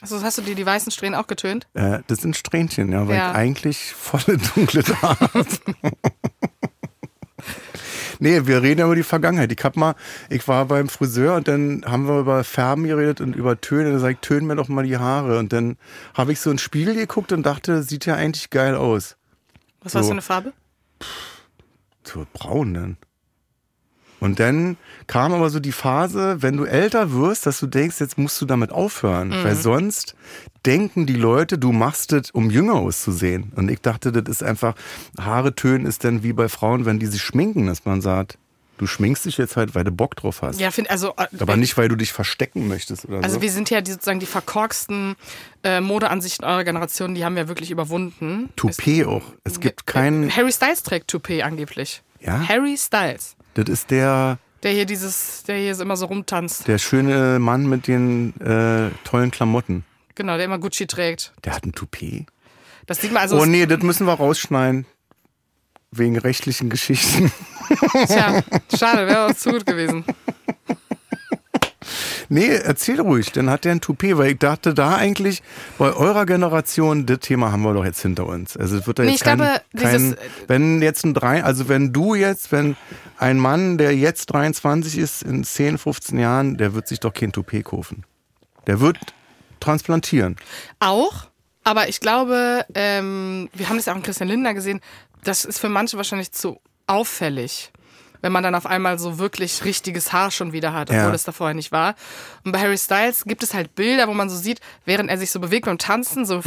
[SPEAKER 3] also hast du dir die weißen Strähnen auch getönt?
[SPEAKER 2] Äh, das sind Strähnchen, ja, weil
[SPEAKER 3] Ja.
[SPEAKER 2] ich eigentlich volle dunkle Haare habe. Nee, wir reden ja über die Vergangenheit. Ich hab mal, ich war beim Friseur und dann haben wir über Färben geredet und über Töne. Da sag ich, tönen mir doch mal die Haare. Und dann habe ich so in den Spiegel geguckt und dachte, sieht ja eigentlich geil aus.
[SPEAKER 3] Was war das
[SPEAKER 2] So.
[SPEAKER 3] für eine Farbe?
[SPEAKER 2] So braun dann. Und dann kam aber so die Phase, wenn du älter wirst, dass du denkst, jetzt musst du damit aufhören.
[SPEAKER 3] Mhm.
[SPEAKER 2] Weil sonst denken die Leute, du machst es, um jünger auszusehen. Und ich dachte, das ist einfach, Haare tönen ist dann wie bei Frauen, wenn die sich schminken, dass man sagt, du schminkst dich jetzt halt, weil du Bock drauf hast.
[SPEAKER 3] Ja, finde also. äh,
[SPEAKER 2] Aber nicht, weil du dich verstecken möchtest oder
[SPEAKER 3] Also
[SPEAKER 2] so.
[SPEAKER 3] wir sind ja die, sozusagen die verkorksten äh, Modeansichten eurer Generation, die haben wir wirklich überwunden.
[SPEAKER 2] Toupet auch. Es gibt keinen,
[SPEAKER 3] Harry Styles trägt Toupet angeblich.
[SPEAKER 2] Ja?
[SPEAKER 3] Harry Styles.
[SPEAKER 2] das ist der
[SPEAKER 3] Der hier dieses, der hier immer so rumtanzt.
[SPEAKER 2] Der schöne Mann mit den äh, tollen Klamotten.
[SPEAKER 3] Genau, der immer Gucci trägt.
[SPEAKER 2] Der hat ein Toupet.
[SPEAKER 3] Das sieht man also.
[SPEAKER 2] oh nee, das müssen wir rausschneiden. Wegen rechtlichen Geschichten.
[SPEAKER 3] Tja, schade, wäre uns zu gut gewesen.
[SPEAKER 2] Nee, erzähl ruhig, dann hat der ein Toupet, weil ich dachte da eigentlich, bei eurer Generation, das Thema haben wir doch jetzt hinter uns. Also es wird da
[SPEAKER 3] Nee,
[SPEAKER 2] jetzt
[SPEAKER 3] ich
[SPEAKER 2] kein,
[SPEAKER 3] glaube,
[SPEAKER 2] kein
[SPEAKER 3] dieses- äh,
[SPEAKER 2] wenn jetzt ein drei, also wenn du jetzt, wenn ein Mann, der jetzt 23 ist, in 10, 15 Jahren, der wird sich doch kein Toupet kaufen. Der wird transplantieren.
[SPEAKER 3] Auch, aber ich glaube, ähm, wir haben das ja auch in Christian Lindner gesehen, das ist für manche wahrscheinlich zu auffällig, wenn man dann auf einmal so wirklich richtiges Haar schon wieder hat, obwohl
[SPEAKER 2] Ja.
[SPEAKER 3] das da vorher nicht war. Und bei Harry Styles gibt es halt Bilder, wo man so sieht, während er sich so bewegt beim Tanzen, so,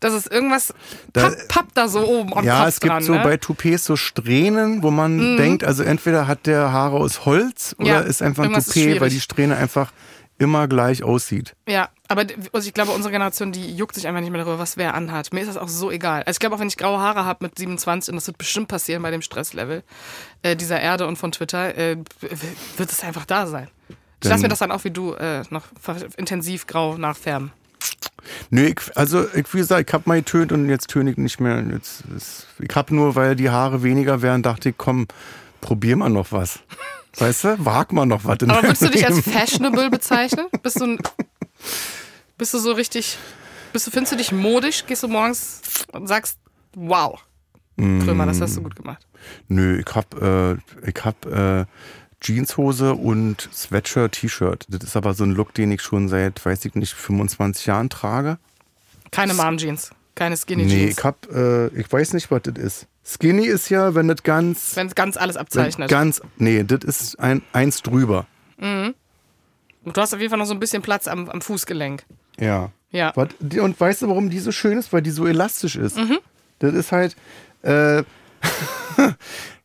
[SPEAKER 3] das ist irgendwas,
[SPEAKER 2] Mhm. Da-
[SPEAKER 3] pappt papp da so oben am
[SPEAKER 2] Ja,
[SPEAKER 3] Kopf
[SPEAKER 2] es gibt
[SPEAKER 3] dran.
[SPEAKER 2] so
[SPEAKER 3] ne? Mhm.
[SPEAKER 2] bei Toupets so Strähnen, wo man denkt, also entweder hat der Haare aus Holz oder
[SPEAKER 3] Ja,
[SPEAKER 2] ist einfach ein
[SPEAKER 3] irgendwas ist
[SPEAKER 2] Toupet, weil
[SPEAKER 3] schwierig.
[SPEAKER 2] die Strähne einfach immer gleich aussieht.
[SPEAKER 3] Ja, aber d- also ich glaube, unsere Generation, die juckt sich einfach nicht mehr darüber, was wer anhat. Mir ist das auch so egal. Also ich glaube, auch wenn ich graue Haare habe mit 27, und das wird bestimmt passieren bei dem Stresslevel äh, dieser Erde und von Twitter, äh, w- wird es einfach da sein. Ich
[SPEAKER 2] Dann-
[SPEAKER 3] lasse mir das dann auch wie du äh, noch ver- intensiv grau nachfärben.
[SPEAKER 2] Nö, ich, also ich, wie gesagt, ich hab mal getönt und jetzt töne ich nicht mehr. Jetzt, ist- ich hab nur, weil die Haare weniger werden, dachte ich, komm, probier mal noch was. Weißt du, wag mal noch was. in
[SPEAKER 3] Aber würdest du
[SPEAKER 2] deinem
[SPEAKER 3] dich als
[SPEAKER 2] Leben.
[SPEAKER 3] fashionable bezeichnen? Bist du, ein, bist du so richtig, bist du, findest du dich modisch? Gehst du morgens und sagst, wow, Krömer, das hast du gut gemacht.
[SPEAKER 2] Nö, ich hab, äh, ich hab äh, Jeanshose und Sweatshirt, T-Shirt. Das ist aber so ein Look, den ich schon seit, weiß ich nicht, 25 Jahren trage.
[SPEAKER 3] Keine Mom-Jeans, keine
[SPEAKER 2] Nee,
[SPEAKER 3] Skinny-Jeans.
[SPEAKER 2] ich hab, äh, ich weiß nicht, was das ist. Skinny ist ja, wenn das ganz,
[SPEAKER 3] wenn es ganz alles
[SPEAKER 2] wenn
[SPEAKER 3] abzeichnet.
[SPEAKER 2] ganz, nee, das ist ein, eins drüber.
[SPEAKER 3] Und du hast auf jeden Fall noch so ein bisschen Platz am, am Fußgelenk.
[SPEAKER 2] Ja.
[SPEAKER 3] Ja.
[SPEAKER 2] Was, die- und weißt du, warum die so schön ist? Weil die so elastisch ist.
[SPEAKER 3] Mhm.
[SPEAKER 2] Das ist halt, äh,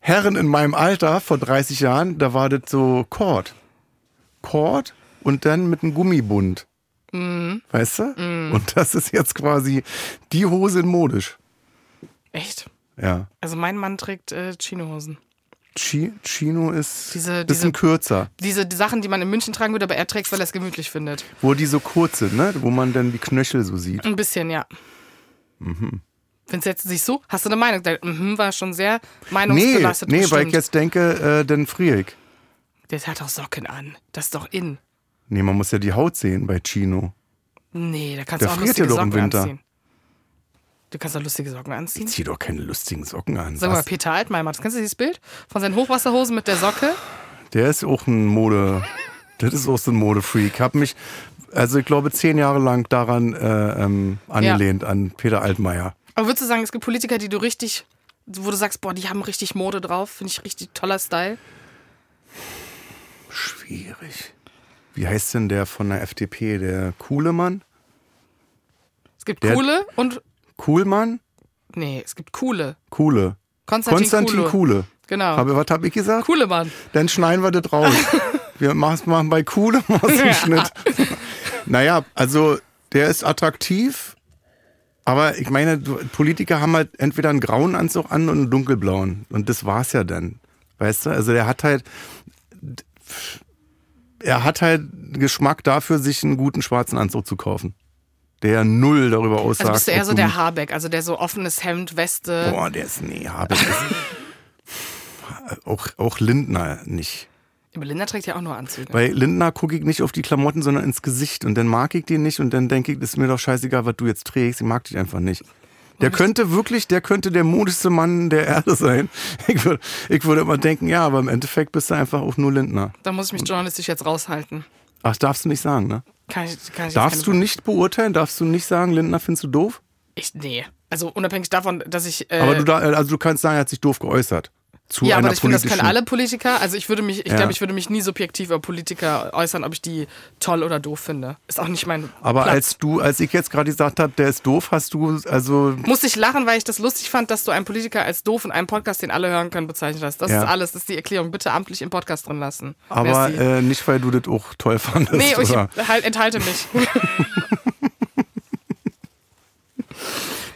[SPEAKER 2] Herren in meinem Alter vor 30 Jahren, da war das so Kord. Kord und dann mit einem Gummibund.
[SPEAKER 3] Mhm.
[SPEAKER 2] Weißt du? Und das ist jetzt quasi die Hose in modisch.
[SPEAKER 3] Echt?
[SPEAKER 2] Ja.
[SPEAKER 3] Also mein Mann trägt äh, Chinohosen.
[SPEAKER 2] Chi Chino ist
[SPEAKER 3] Diese-
[SPEAKER 2] bisschen
[SPEAKER 3] diese-
[SPEAKER 2] kürzer.
[SPEAKER 3] Diese die Sachen, die man in München tragen würde, aber er trägt, weil er es gemütlich findet.
[SPEAKER 2] Wo die so kurz sind, ne? Wo man dann die Knöchel so sieht.
[SPEAKER 3] Ein bisschen, ja. Mhm.
[SPEAKER 2] Mhm.
[SPEAKER 3] Wenn es jetzt sich so, hast du eine Meinung? Dein mhm war schon sehr
[SPEAKER 2] Nee,
[SPEAKER 3] meinungsbelastet.
[SPEAKER 2] nee, weil
[SPEAKER 3] bestimmt.
[SPEAKER 2] ich jetzt denke, äh, dann friere ich.
[SPEAKER 3] Der hat doch Socken an. Das ist doch in.
[SPEAKER 2] Nee, man muss ja die Haut sehen bei Chino.
[SPEAKER 3] Nee, da kannst
[SPEAKER 2] Der
[SPEAKER 3] du auch
[SPEAKER 2] friert
[SPEAKER 3] lustige
[SPEAKER 2] ja doch
[SPEAKER 3] Socken
[SPEAKER 2] im Winter.
[SPEAKER 3] anziehen. Du kannst doch lustige Socken anziehen.
[SPEAKER 2] Zieh doch keine lustigen Socken an.
[SPEAKER 3] Sag mal,
[SPEAKER 2] Was?
[SPEAKER 3] Peter Altmaier, das kennst du dieses Bild? Von seinen Hochwasserhosen mit der Socke.
[SPEAKER 2] Der ist auch ein Mode. das ist auch so ein Modefreak. Ich habe mich, also ich glaube, zehn Jahre lang daran äh, ähm, angelehnt an Peter Altmaier.
[SPEAKER 3] Aber würdest du sagen, es gibt Politiker, die du richtig, wo du sagst, boah, die haben richtig Mode drauf, finde ich richtig toller Style.
[SPEAKER 2] Schwierig. Wie heißt denn der von der FDP? Der coole Mann?
[SPEAKER 3] Es gibt
[SPEAKER 2] Der-
[SPEAKER 3] coole und
[SPEAKER 2] Kuhlmann?
[SPEAKER 3] nee, es gibt coole.
[SPEAKER 2] Kuhle.
[SPEAKER 3] Konstantin,
[SPEAKER 2] Konstantin
[SPEAKER 3] Kuhle.
[SPEAKER 2] Kuhle.
[SPEAKER 3] Genau.
[SPEAKER 2] Habe, was habe ich gesagt?
[SPEAKER 3] Coole Mann.
[SPEAKER 2] Dann schneiden wir das raus. wir machen's- machen bei Kuhle machen einen Schnitt. Naja, also der ist attraktiv, aber ich meine, du- Politiker haben halt entweder einen grauen Anzug an und einen dunkelblauen. Und das war's ja dann. Weißt du? Also der hat halt. Er hat halt Geschmack dafür, sich einen guten schwarzen Anzug zu kaufen. Der null darüber aussagt.
[SPEAKER 3] Also bist du eher
[SPEAKER 2] ob
[SPEAKER 3] so der Habeck, also der so offenes Hemd, Weste.
[SPEAKER 2] Boah, der ist. Nee, Habeck ist. auch, auch Lindner nicht.
[SPEAKER 3] Belinda trägt ja auch nur Anzüge.
[SPEAKER 2] Bei Lindner gucke ich nicht auf die Klamotten, sondern ins Gesicht. Und dann mag ich den nicht und dann denke ich, das ist mir doch scheißegal, was du jetzt trägst. Ich mag dich einfach nicht. Der könnte wirklich, der könnte der modischste Mann der Erde sein. Ich würde, ich würde immer denken, ja, aber im Endeffekt bist du einfach auch nur Lindner.
[SPEAKER 3] da muss ich mich journalistisch jetzt raushalten.
[SPEAKER 2] Ach, darfst du nicht sagen, ne?
[SPEAKER 3] Kann ich, kann ich jetzt keine-
[SPEAKER 2] Darfst du nicht beurteilen? Darfst du nicht sagen, Lindner findest du doof?
[SPEAKER 3] Ich, nee. Also unabhängig davon, dass ich. Äh,
[SPEAKER 2] Aber du, da, also du kannst sagen, er hat sich doof geäußert. Zu
[SPEAKER 3] ja,
[SPEAKER 2] einer
[SPEAKER 3] aber ich finde, das
[SPEAKER 2] politischen.
[SPEAKER 3] können alle Politiker. Also ich würde mich, ich
[SPEAKER 2] Ja.
[SPEAKER 3] glaube, ich würde mich nie subjektiv über Politiker äußern, ob ich die toll oder doof finde. Ist auch nicht mein.
[SPEAKER 2] aber
[SPEAKER 3] Platz.
[SPEAKER 2] als du, als ich jetzt gerade gesagt habe, der ist doof, hast du, also
[SPEAKER 3] Musste ich lachen, weil ich das lustig fand, dass du einen Politiker als doof in einem Podcast, den alle hören können, bezeichnet hast. Das
[SPEAKER 2] Ja.
[SPEAKER 3] ist alles, das ist die Erklärung. Bitte amtlich im Podcast drin lassen.
[SPEAKER 2] aber
[SPEAKER 3] Merci.
[SPEAKER 2] äh, nicht, weil du das auch toll fandest.
[SPEAKER 3] nee, ich
[SPEAKER 2] oder?
[SPEAKER 3] halt, enthalte mich.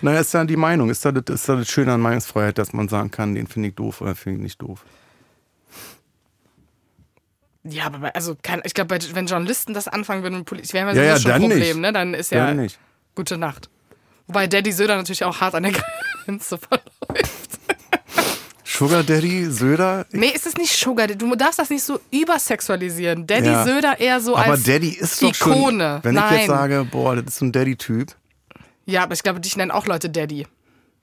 [SPEAKER 2] Naja, ist ja die Meinung. Ist da das, ist da das Schöne an Meinungsfreiheit, dass man sagen kann, den finde ich doof oder finde ich nicht doof.
[SPEAKER 3] Ja, aber bei- also kein, ich glaube, wenn Journalisten das anfangen würden, und Poli- wären wir
[SPEAKER 2] Ja,
[SPEAKER 3] sowieso
[SPEAKER 2] ja,
[SPEAKER 3] schon ein
[SPEAKER 2] dann
[SPEAKER 3] Problem,
[SPEAKER 2] nicht.
[SPEAKER 3] ne? Dann ist ja
[SPEAKER 2] Dann nicht.
[SPEAKER 3] gute Nacht. Wobei Daddy Söder natürlich auch hart an der Grenze verläuft.
[SPEAKER 2] Sugar Daddy, Söder.
[SPEAKER 3] Nee, ist es nicht Sugar? Daddy? Du darfst das nicht so übersexualisieren. Daddy
[SPEAKER 2] Ja.
[SPEAKER 3] Söder eher so
[SPEAKER 2] Aber
[SPEAKER 3] als
[SPEAKER 2] Daddy ist doch
[SPEAKER 3] Ikone.
[SPEAKER 2] schon. Wenn
[SPEAKER 3] Nein.
[SPEAKER 2] ich jetzt sage, boah, das ist so ein Daddy-Typ,
[SPEAKER 3] Ja, aber ich glaube, dich nennen auch Leute Daddy.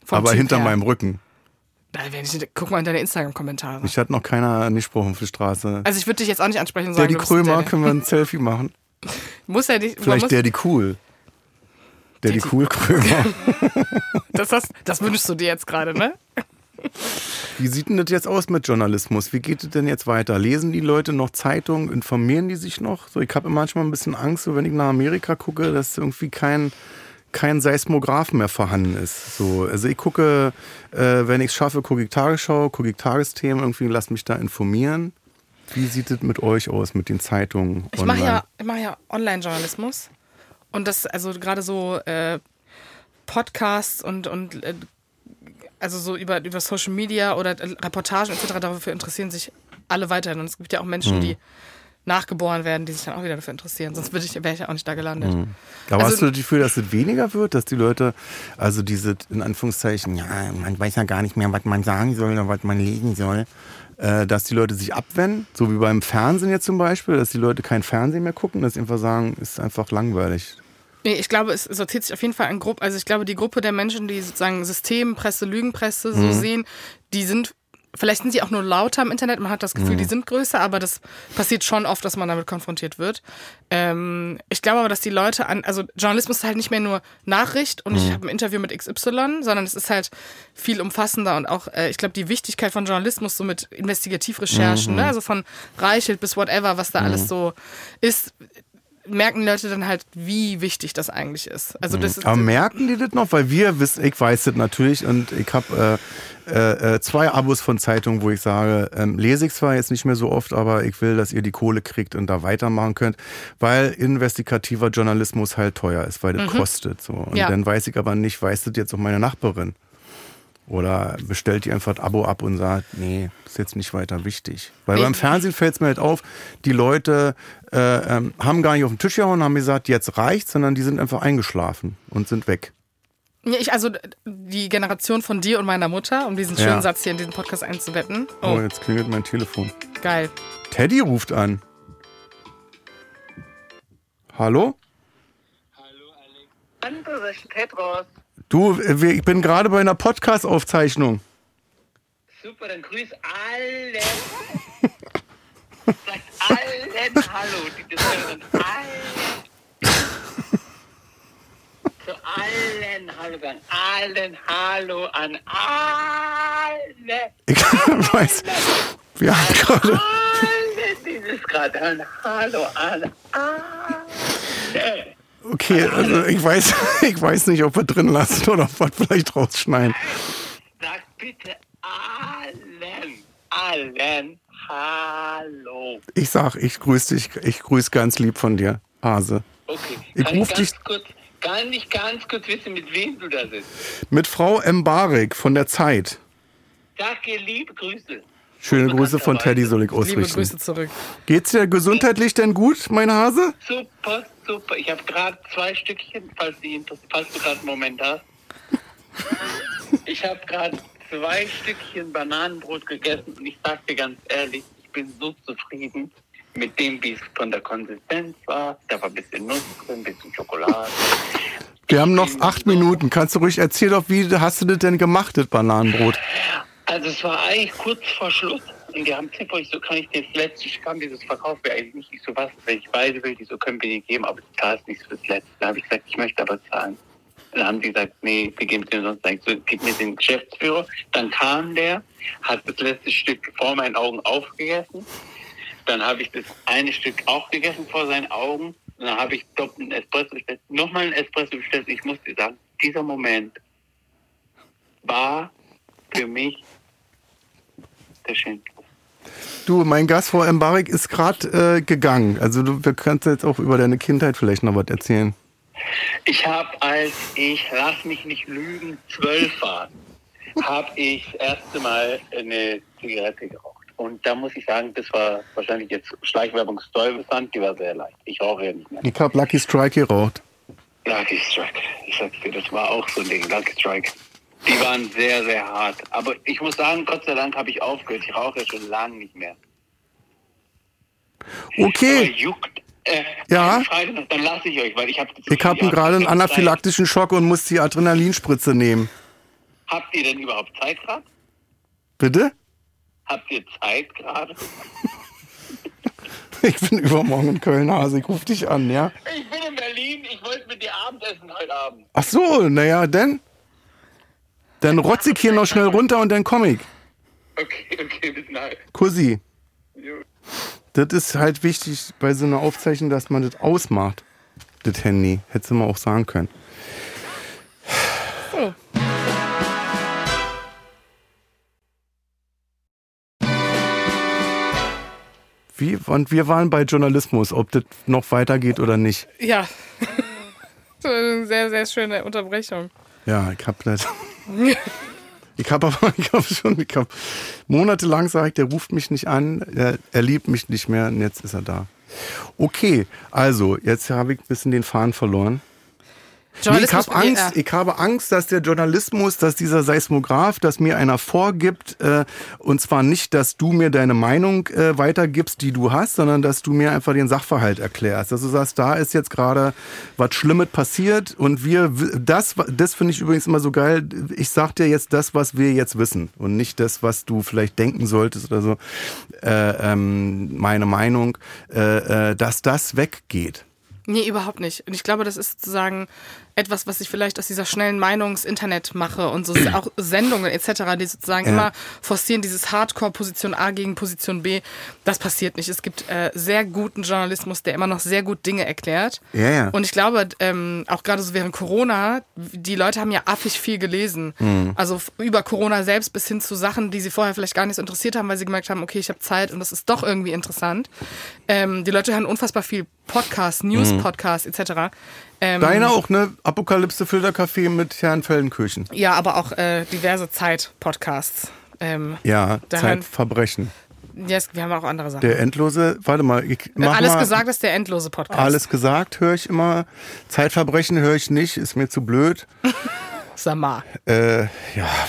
[SPEAKER 3] Vom
[SPEAKER 2] aber
[SPEAKER 3] Typ
[SPEAKER 2] hinter
[SPEAKER 3] her.
[SPEAKER 2] meinem Rücken.
[SPEAKER 3] Da werde ich, guck mal in deine Instagram-Kommentare.
[SPEAKER 2] Mich hat noch keiner angesprochen auf der Straße.
[SPEAKER 3] Also ich würde dich jetzt auch nicht ansprechen und sagen,
[SPEAKER 2] Daddy
[SPEAKER 3] du bist
[SPEAKER 2] Krömer,
[SPEAKER 3] Daddy.
[SPEAKER 2] können wir ein Selfie machen?
[SPEAKER 3] Muss ja nicht. man
[SPEAKER 2] Vielleicht
[SPEAKER 3] muss,
[SPEAKER 2] Daddy Cool. Daddy Cool Krömer.
[SPEAKER 3] das, hast, das wünschst du dir jetzt gerade, ne?
[SPEAKER 2] Wie sieht denn das jetzt aus mit Journalismus? Wie geht es denn jetzt weiter? Lesen die Leute noch Zeitungen? Informieren die sich noch? So, ich habe manchmal ein bisschen Angst, so, wenn ich nach Amerika gucke, dass irgendwie kein, kein Seismograph mehr vorhanden ist. So, also ich gucke, äh, wenn ich es schaffe, gucke ich Tagesschau, gucke ich Tagesthemen, irgendwie lasst mich da informieren. Wie sieht es mit euch aus, mit den Zeitungen?
[SPEAKER 3] Ich mache ja, ich mach ja Online-Journalismus. Und das, also gerade so äh, Podcasts und, und äh, also so über, über Social Media oder äh, Reportagen etc. dafür interessieren sich alle weiterhin. Und es gibt ja auch Menschen,
[SPEAKER 2] Hm.
[SPEAKER 3] die nachgeboren werden, die sich dann auch wieder dafür interessieren. Sonst würde ich, wäre ich ja auch nicht da gelandet.
[SPEAKER 2] Hm. Aber
[SPEAKER 3] Also-
[SPEAKER 2] hast du das Gefühl, dass es weniger wird, dass die Leute, also diese, in Anführungszeichen, ja, man weiß ja gar nicht mehr, was man sagen soll oder was man legen soll, äh, dass die Leute sich abwenden, so wie beim Fernsehen jetzt zum Beispiel, dass die Leute kein Fernsehen mehr gucken, dass sie einfach sagen, ist einfach langweilig.
[SPEAKER 3] Nee, ich glaube, es sortiert sich auf jeden Fall in Gruppen. Also ich glaube, die Gruppe der Menschen, die sozusagen Systempresse, Lügenpresse so sehen, die sind, vielleicht sind sie auch nur lauter im Internet. Man hat das Gefühl, die sind größer, aber das passiert schon oft, dass man damit konfrontiert wird. Ähm, ich glaube aber, dass die Leute an, also Journalismus ist halt nicht mehr nur Nachricht und
[SPEAKER 2] Mhm.
[SPEAKER 3] ich habe ein Interview mit XY, sondern es ist halt viel umfassender und auch, äh, ich glaube, die Wichtigkeit von Journalismus so mit Investigativrecherchen,
[SPEAKER 2] Mhm.
[SPEAKER 3] ne? also von Reichelt bis whatever, was da alles so ist, merken die Leute dann halt, wie wichtig das eigentlich ist. Also das ist
[SPEAKER 2] Mhm. Aber merken die das noch? Weil wir wissen, ich weiß das natürlich und ich habe äh, äh, äh, zwei Abos von Zeitungen, wo ich sage, ähm, lese ich zwar jetzt nicht mehr so oft, aber ich will, dass ihr die Kohle kriegt und da weitermachen könnt, weil investigativer Journalismus halt teuer ist, weil das kostet so. Und
[SPEAKER 3] Ja.
[SPEAKER 2] dann weiß ich aber nicht, weiß das jetzt auch meine Nachbarin? Oder bestellt die einfach ein Abo ab und sagt, nee, ist jetzt nicht weiter wichtig. Weil
[SPEAKER 3] Nee.
[SPEAKER 2] beim Fernsehen fällt es mir halt auf, die Leute äh, ähm, haben gar nicht auf den Tisch gehauen, haben gesagt, jetzt reicht's, sondern die sind einfach eingeschlafen und sind weg.
[SPEAKER 3] Ja, ich, also die Generation von dir und meiner Mutter, um diesen schönen
[SPEAKER 2] Ja.
[SPEAKER 3] Satz hier in diesen Podcast einzubetten.
[SPEAKER 2] Oh.
[SPEAKER 3] Oh,
[SPEAKER 2] jetzt klingelt mein Telefon.
[SPEAKER 3] geil.
[SPEAKER 2] Teddy ruft an. Hallo?
[SPEAKER 4] Andere sich Petros.
[SPEAKER 2] Du, äh, wir- ich bin gerade bei einer Podcast-Aufzeichnung.
[SPEAKER 4] Super, dann grüß allen. Sag allen Hallo, die das hören. Allen. Zu allen Hallo an allen Hallo an alle.
[SPEAKER 2] Ich weiß, wir haben gerade...
[SPEAKER 4] Alle, die das gerade hören. Hallo an alle.
[SPEAKER 2] Okay, also ich weiß, ich weiß nicht, ob wir drin lassen oder ob wir vielleicht rausschneiden.
[SPEAKER 4] Sag bitte allen, allen Hallo.
[SPEAKER 2] Ich sag, ich grüße dich, ich grüße ganz lieb von dir, Hase.
[SPEAKER 4] Okay,
[SPEAKER 2] Ich
[SPEAKER 4] kann ich
[SPEAKER 2] ruf
[SPEAKER 4] ganz
[SPEAKER 2] dich-
[SPEAKER 4] kurz, kann ich ganz kurz wissen, mit wem du da sitzt?
[SPEAKER 2] Mit Frau M. Barek von der Zeit.
[SPEAKER 4] Sag ihr liebe Grüße.
[SPEAKER 2] Schöne Grüße von Teddy soll ich
[SPEAKER 3] Liebe
[SPEAKER 2] ausrichten.
[SPEAKER 3] Grüße zurück.
[SPEAKER 2] Geht's dir gesundheitlich denn gut, mein Hase?
[SPEAKER 4] Super, super. Ich habe gerade zwei Stückchen, falls, die, Inter- falls du gerade einen Moment hast. Ich habe gerade zwei Stückchen Bananenbrot gegessen und ich sag dir ganz ehrlich, ich bin so zufrieden mit dem, wie es von der Konsistenz war. Da war ein bisschen Nuss drin, ein bisschen Schokolade.
[SPEAKER 2] Wir haben noch acht Minuten. Kannst du ruhig erzählen, doch, wie hast du das denn gemacht, das Bananenbrot?
[SPEAKER 4] Also es war eigentlich kurz vor Schluss und die haben Tipp, ich so kann ich dir das letzte Stamm dieses Verkauf wäre eigentlich nicht. Ich so was, wenn ich beide will, die so können wir dir geben, aber du zahlst nicht für das letzte. Da habe ich gesagt, ich möchte aber zahlen. Dann haben die gesagt, nee, wir geben es dir sonst nicht. So, gib mir den Geschäftsführer. Dann kam der, hat das letzte Stück vor meinen Augen aufgegessen. Dann habe ich das eine Stück auch gegessen vor seinen Augen. Und dann habe ich doppelt einen Espresso bestellt, nochmal einen Espresso bestellt. Ich muss dir sagen, dieser Moment war für mich der schönste.
[SPEAKER 2] Du, mein Gast, Frau M. Barek, ist gerade äh, gegangen. Also du wir kannst jetzt auch über deine Kindheit vielleicht noch was erzählen.
[SPEAKER 4] Ich habe, als ich, lass mich nicht lügen, zwölf war, habe ich das erste Mal eine Zigarette geraucht. Und da muss ich sagen, das war wahrscheinlich jetzt Schleichwerbung Stolvesand, die war sehr leicht. Ich rauche ja nicht mehr.
[SPEAKER 2] Ich habe Lucky Strike geraucht.
[SPEAKER 4] Lucky Strike. Ich sag's dir, das war auch so ein Ding, Lucky Strike. Die waren sehr, sehr hart. Aber ich muss sagen, Gott sei Dank habe ich aufgehört. Ich rauche ja schon lange nicht mehr.
[SPEAKER 2] Okay,
[SPEAKER 4] Aber juckt. Äh,
[SPEAKER 2] Ja?
[SPEAKER 4] eine Frage noch, dann lasse ich euch, weil ich habe
[SPEAKER 2] ich habe gerade einen anaphylaktischen Schock und muss die Adrenalinspritze nehmen.
[SPEAKER 4] Habt ihr denn überhaupt Zeit gerade?
[SPEAKER 2] Bitte?
[SPEAKER 4] Habt ihr Zeit gerade?
[SPEAKER 2] Ich bin übermorgen in Köln, Hase. Ich ruf dich an, ja?
[SPEAKER 4] Ich bin in Berlin, ich wollte mit dir Abendessen heute Abend.
[SPEAKER 2] Ach so, naja, denn? Dann rotze ich hier noch schnell runter und dann komm ich.
[SPEAKER 4] Okay, okay, bis nachher.
[SPEAKER 2] Kussi.
[SPEAKER 4] Jo.
[SPEAKER 2] Das ist halt wichtig bei so einer Aufzeichnung, dass man das ausmacht. Das Handy. Hättest du mal auch sagen können. Wie, und wir waren bei Journalismus, ob das noch weitergeht oder nicht.
[SPEAKER 3] Ja. so eine sehr, sehr schöne Unterbrechung.
[SPEAKER 2] Ja, ich hab das. Ich hab aber, ich hab schon, ich hab monatelang sag ich, der ruft mich nicht an, er, er liebt mich nicht mehr und jetzt ist er da. Okay, also, jetzt habe ich ein bisschen den Faden verloren. Nee, ich habe Angst,
[SPEAKER 3] Ja.
[SPEAKER 2] ich habe Angst, dass der Journalismus, dass dieser Seismograph, dass mir einer vorgibt, äh, und zwar nicht, dass du mir deine Meinung äh, weitergibst, die du hast, sondern dass du mir einfach den Sachverhalt erklärst. Dass du sagst, da ist jetzt gerade was Schlimmes passiert und wir, w- das, das finde ich übrigens immer so geil. Ich sag dir jetzt das, was wir jetzt wissen und nicht das, was du vielleicht denken solltest oder so. Äh, ähm, meine Meinung, äh, äh, dass das weggeht.
[SPEAKER 3] Nee, überhaupt nicht. Und ich glaube, das ist sozusagen etwas, was ich vielleicht aus dieser schnellen Meinungs-Internet mache und so auch Sendungen etc., die sozusagen immer forcieren, dieses Hardcore-Position A gegen Position B. Das passiert nicht. Es gibt äh, sehr guten Journalismus, der immer noch sehr gut Dinge erklärt.
[SPEAKER 2] Ja, ja.
[SPEAKER 3] Und ich glaube, ähm, auch gerade so während Corona, die Leute haben ja affig viel gelesen.
[SPEAKER 2] Hm.
[SPEAKER 3] Also f- über Corona selbst bis hin zu Sachen, die sie vorher vielleicht gar nicht so interessiert haben, weil sie gemerkt haben, okay, ich habe Zeit und das ist doch irgendwie interessant. Ähm, die Leute hören unfassbar viel Podcasts, News-Podcasts etc. Ähm,
[SPEAKER 2] Hm. Deiner auch, ne? Apokalypse Filterkaffee mit Herrn Feldenkirchen.
[SPEAKER 3] Ja, aber auch äh, diverse Zeit-Podcasts. Ähm,
[SPEAKER 2] Ja,
[SPEAKER 3] Da hören-
[SPEAKER 2] Zeitverbrechen.
[SPEAKER 3] yes, wir haben auch andere Sachen.
[SPEAKER 2] Der endlose, warte mal, ich mach
[SPEAKER 3] Alles
[SPEAKER 2] mal,
[SPEAKER 3] gesagt ist der endlose Podcast.
[SPEAKER 2] Alles gesagt höre ich immer. Zeitverbrechen höre ich nicht, ist mir zu blöd.
[SPEAKER 3] Samar.
[SPEAKER 2] Äh, ja,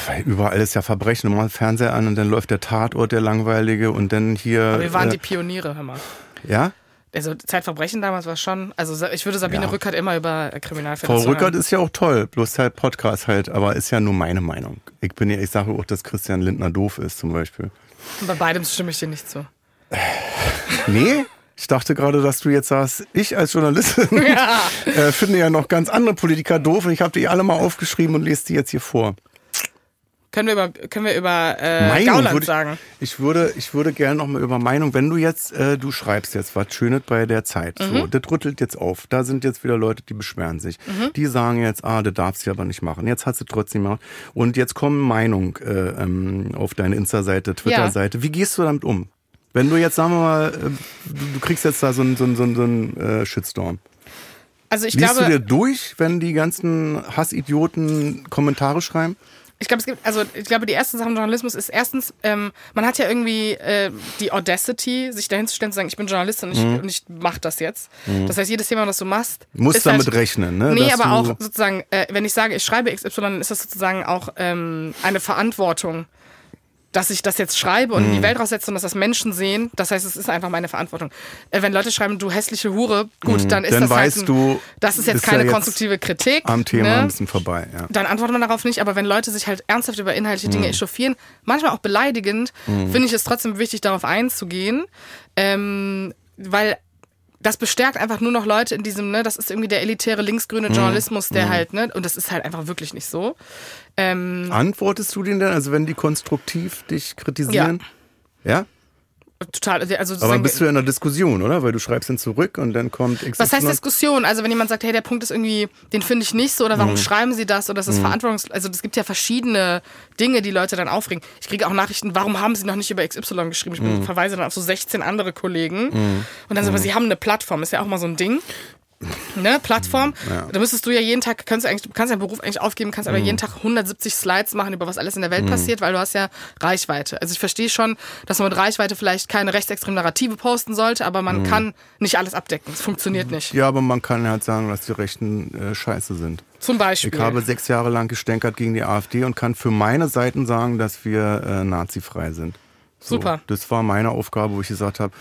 [SPEAKER 2] weil überall ist ja Verbrechen. Du machst den Fernseher an und dann läuft der Tatort, der langweilige, und dann hier.
[SPEAKER 3] Wir waren
[SPEAKER 2] äh,
[SPEAKER 3] die Pioniere, hör mal.
[SPEAKER 2] ja?
[SPEAKER 3] Also Zeitverbrechen damals war schon, also sa- ich würde Sabine
[SPEAKER 2] Ja.
[SPEAKER 3] Rückert immer über äh,
[SPEAKER 2] Frau
[SPEAKER 3] Kriminalfälle
[SPEAKER 2] Rückert
[SPEAKER 3] zuhören.
[SPEAKER 2] ist ja auch toll, bloß halt Podcast halt, aber ist ja nur meine Meinung. Ich bin ja, ich sage auch, dass Christian Lindner doof ist zum Beispiel.
[SPEAKER 3] Bei beidem stimme ich dir nicht zu.
[SPEAKER 2] Nee? Ich dachte gerade, dass du jetzt sagst, ich als Journalistin äh, finde ja noch ganz andere Politiker doof und ich habe die alle mal aufgeschrieben und lese die jetzt hier vor.
[SPEAKER 3] Können wir über, können wir über äh,
[SPEAKER 2] Meinung
[SPEAKER 3] Gauland
[SPEAKER 2] würde ich,
[SPEAKER 3] sagen?
[SPEAKER 2] Ich würde, ich würde gerne noch mal über Meinung, wenn du jetzt, äh, du schreibst jetzt was Schönes bei der Zeit. So,
[SPEAKER 3] Mhm.
[SPEAKER 2] das rüttelt jetzt auf. Da sind jetzt wieder Leute, die beschweren sich.
[SPEAKER 3] Mhm.
[SPEAKER 2] Die sagen jetzt, ah, das darfst du aber nicht machen. Jetzt hast du trotzdem gemacht. Und jetzt kommen Meinung äh, ähm, auf deine Insta-Seite, Twitter-Seite. Wie gehst du damit um? Wenn du jetzt, sagen wir mal, äh, du- du kriegst jetzt da so einen so einen- so einen- so einen, äh, Shitstorm.
[SPEAKER 3] Also ich
[SPEAKER 2] Liest du dir
[SPEAKER 3] glaube,
[SPEAKER 2] durch, wenn die ganzen Hassidioten Kommentare schreiben?
[SPEAKER 3] ich glaube, es gibt, also ich glaube, die erste Sache im Journalismus ist erstens, ähm, man hat ja irgendwie äh, die Audacity, sich dahinzustellen zu sagen, ich bin Journalist und ich,
[SPEAKER 2] Mhm.
[SPEAKER 3] und ich mache das jetzt. Das heißt, jedes Thema, das du machst,
[SPEAKER 2] Musst
[SPEAKER 3] ist
[SPEAKER 2] damit
[SPEAKER 3] halt,
[SPEAKER 2] rechnen, ne?
[SPEAKER 3] Nee,
[SPEAKER 2] Dass
[SPEAKER 3] aber auch
[SPEAKER 2] du-
[SPEAKER 3] sozusagen, äh, wenn ich sage, ich schreibe XY, dann ist das sozusagen auch ähm, eine Verantwortung, dass ich das jetzt schreibe und in
[SPEAKER 2] Mhm.
[SPEAKER 3] die Welt raussetze und dass das Menschen sehen. Das heißt, es ist einfach meine Verantwortung. Äh, wenn Leute schreiben, du hässliche Hure, gut, dann ist
[SPEAKER 2] Mhm. Dann
[SPEAKER 3] das
[SPEAKER 2] weißt
[SPEAKER 3] halt ein,
[SPEAKER 2] du,
[SPEAKER 3] das ist jetzt
[SPEAKER 2] bist ja
[SPEAKER 3] keine
[SPEAKER 2] jetzt
[SPEAKER 3] konstruktive Kritik.
[SPEAKER 2] Am Thema ein
[SPEAKER 3] ne?
[SPEAKER 2] bisschen vorbei, ja.
[SPEAKER 3] dann antwortet man darauf nicht. Aber wenn Leute sich halt ernsthaft über inhaltliche
[SPEAKER 2] Hm.
[SPEAKER 3] Dinge echauffieren, manchmal auch beleidigend, finde ich es trotzdem wichtig, darauf einzugehen. Ähm, weil das bestärkt einfach nur noch Leute in diesem, ne, das ist irgendwie der elitäre
[SPEAKER 2] Hm.
[SPEAKER 3] linksgrüne Journalismus, der halt, ne, und das ist halt einfach wirklich nicht so. Ähm,
[SPEAKER 2] Antwortest du denen denn? Also wenn die konstruktiv dich kritisieren? Ja.
[SPEAKER 3] total, also
[SPEAKER 2] Aber
[SPEAKER 3] sozusagen-
[SPEAKER 2] bist du ja in einer Diskussion, oder? Weil du schreibst dann zurück und dann kommt XY.
[SPEAKER 3] Was heißt Diskussion? Also wenn jemand sagt, hey, der Punkt ist irgendwie, den finde ich nicht so oder warum schreiben sie das oder das ist verantwortungs... Also es gibt ja verschiedene Dinge, die Leute dann aufregen. Ich kriege auch Nachrichten, warum haben sie noch nicht über XY geschrieben? Ich bin, verweise dann auf so 16 andere Kollegen. Und dann sagen wir, sie haben eine Plattform, ist ja auch mal so ein Ding. ne, Plattform. Da müsstest du ja jeden Tag, kannst du eigentlich, du kannst deinen Beruf eigentlich aufgeben, kannst
[SPEAKER 2] Mhm.
[SPEAKER 3] aber jeden Tag 170 Slides machen, über was alles in der Welt passiert, weil du hast ja Reichweite. Also ich verstehe schon, dass man mit Reichweite vielleicht keine rechtsextremen Narrative posten sollte, aber man kann nicht alles abdecken. Es funktioniert nicht.
[SPEAKER 2] Mhm. Ja, aber man kann halt sagen, dass die Rechten äh, scheiße sind.
[SPEAKER 3] Zum Beispiel.
[SPEAKER 2] Ich habe sechs Jahre lang gestänkert gegen die AfD und kann für meine Seiten sagen, dass wir äh, nazifrei sind. So,
[SPEAKER 3] Super.
[SPEAKER 2] Das war meine Aufgabe, wo ich gesagt habe,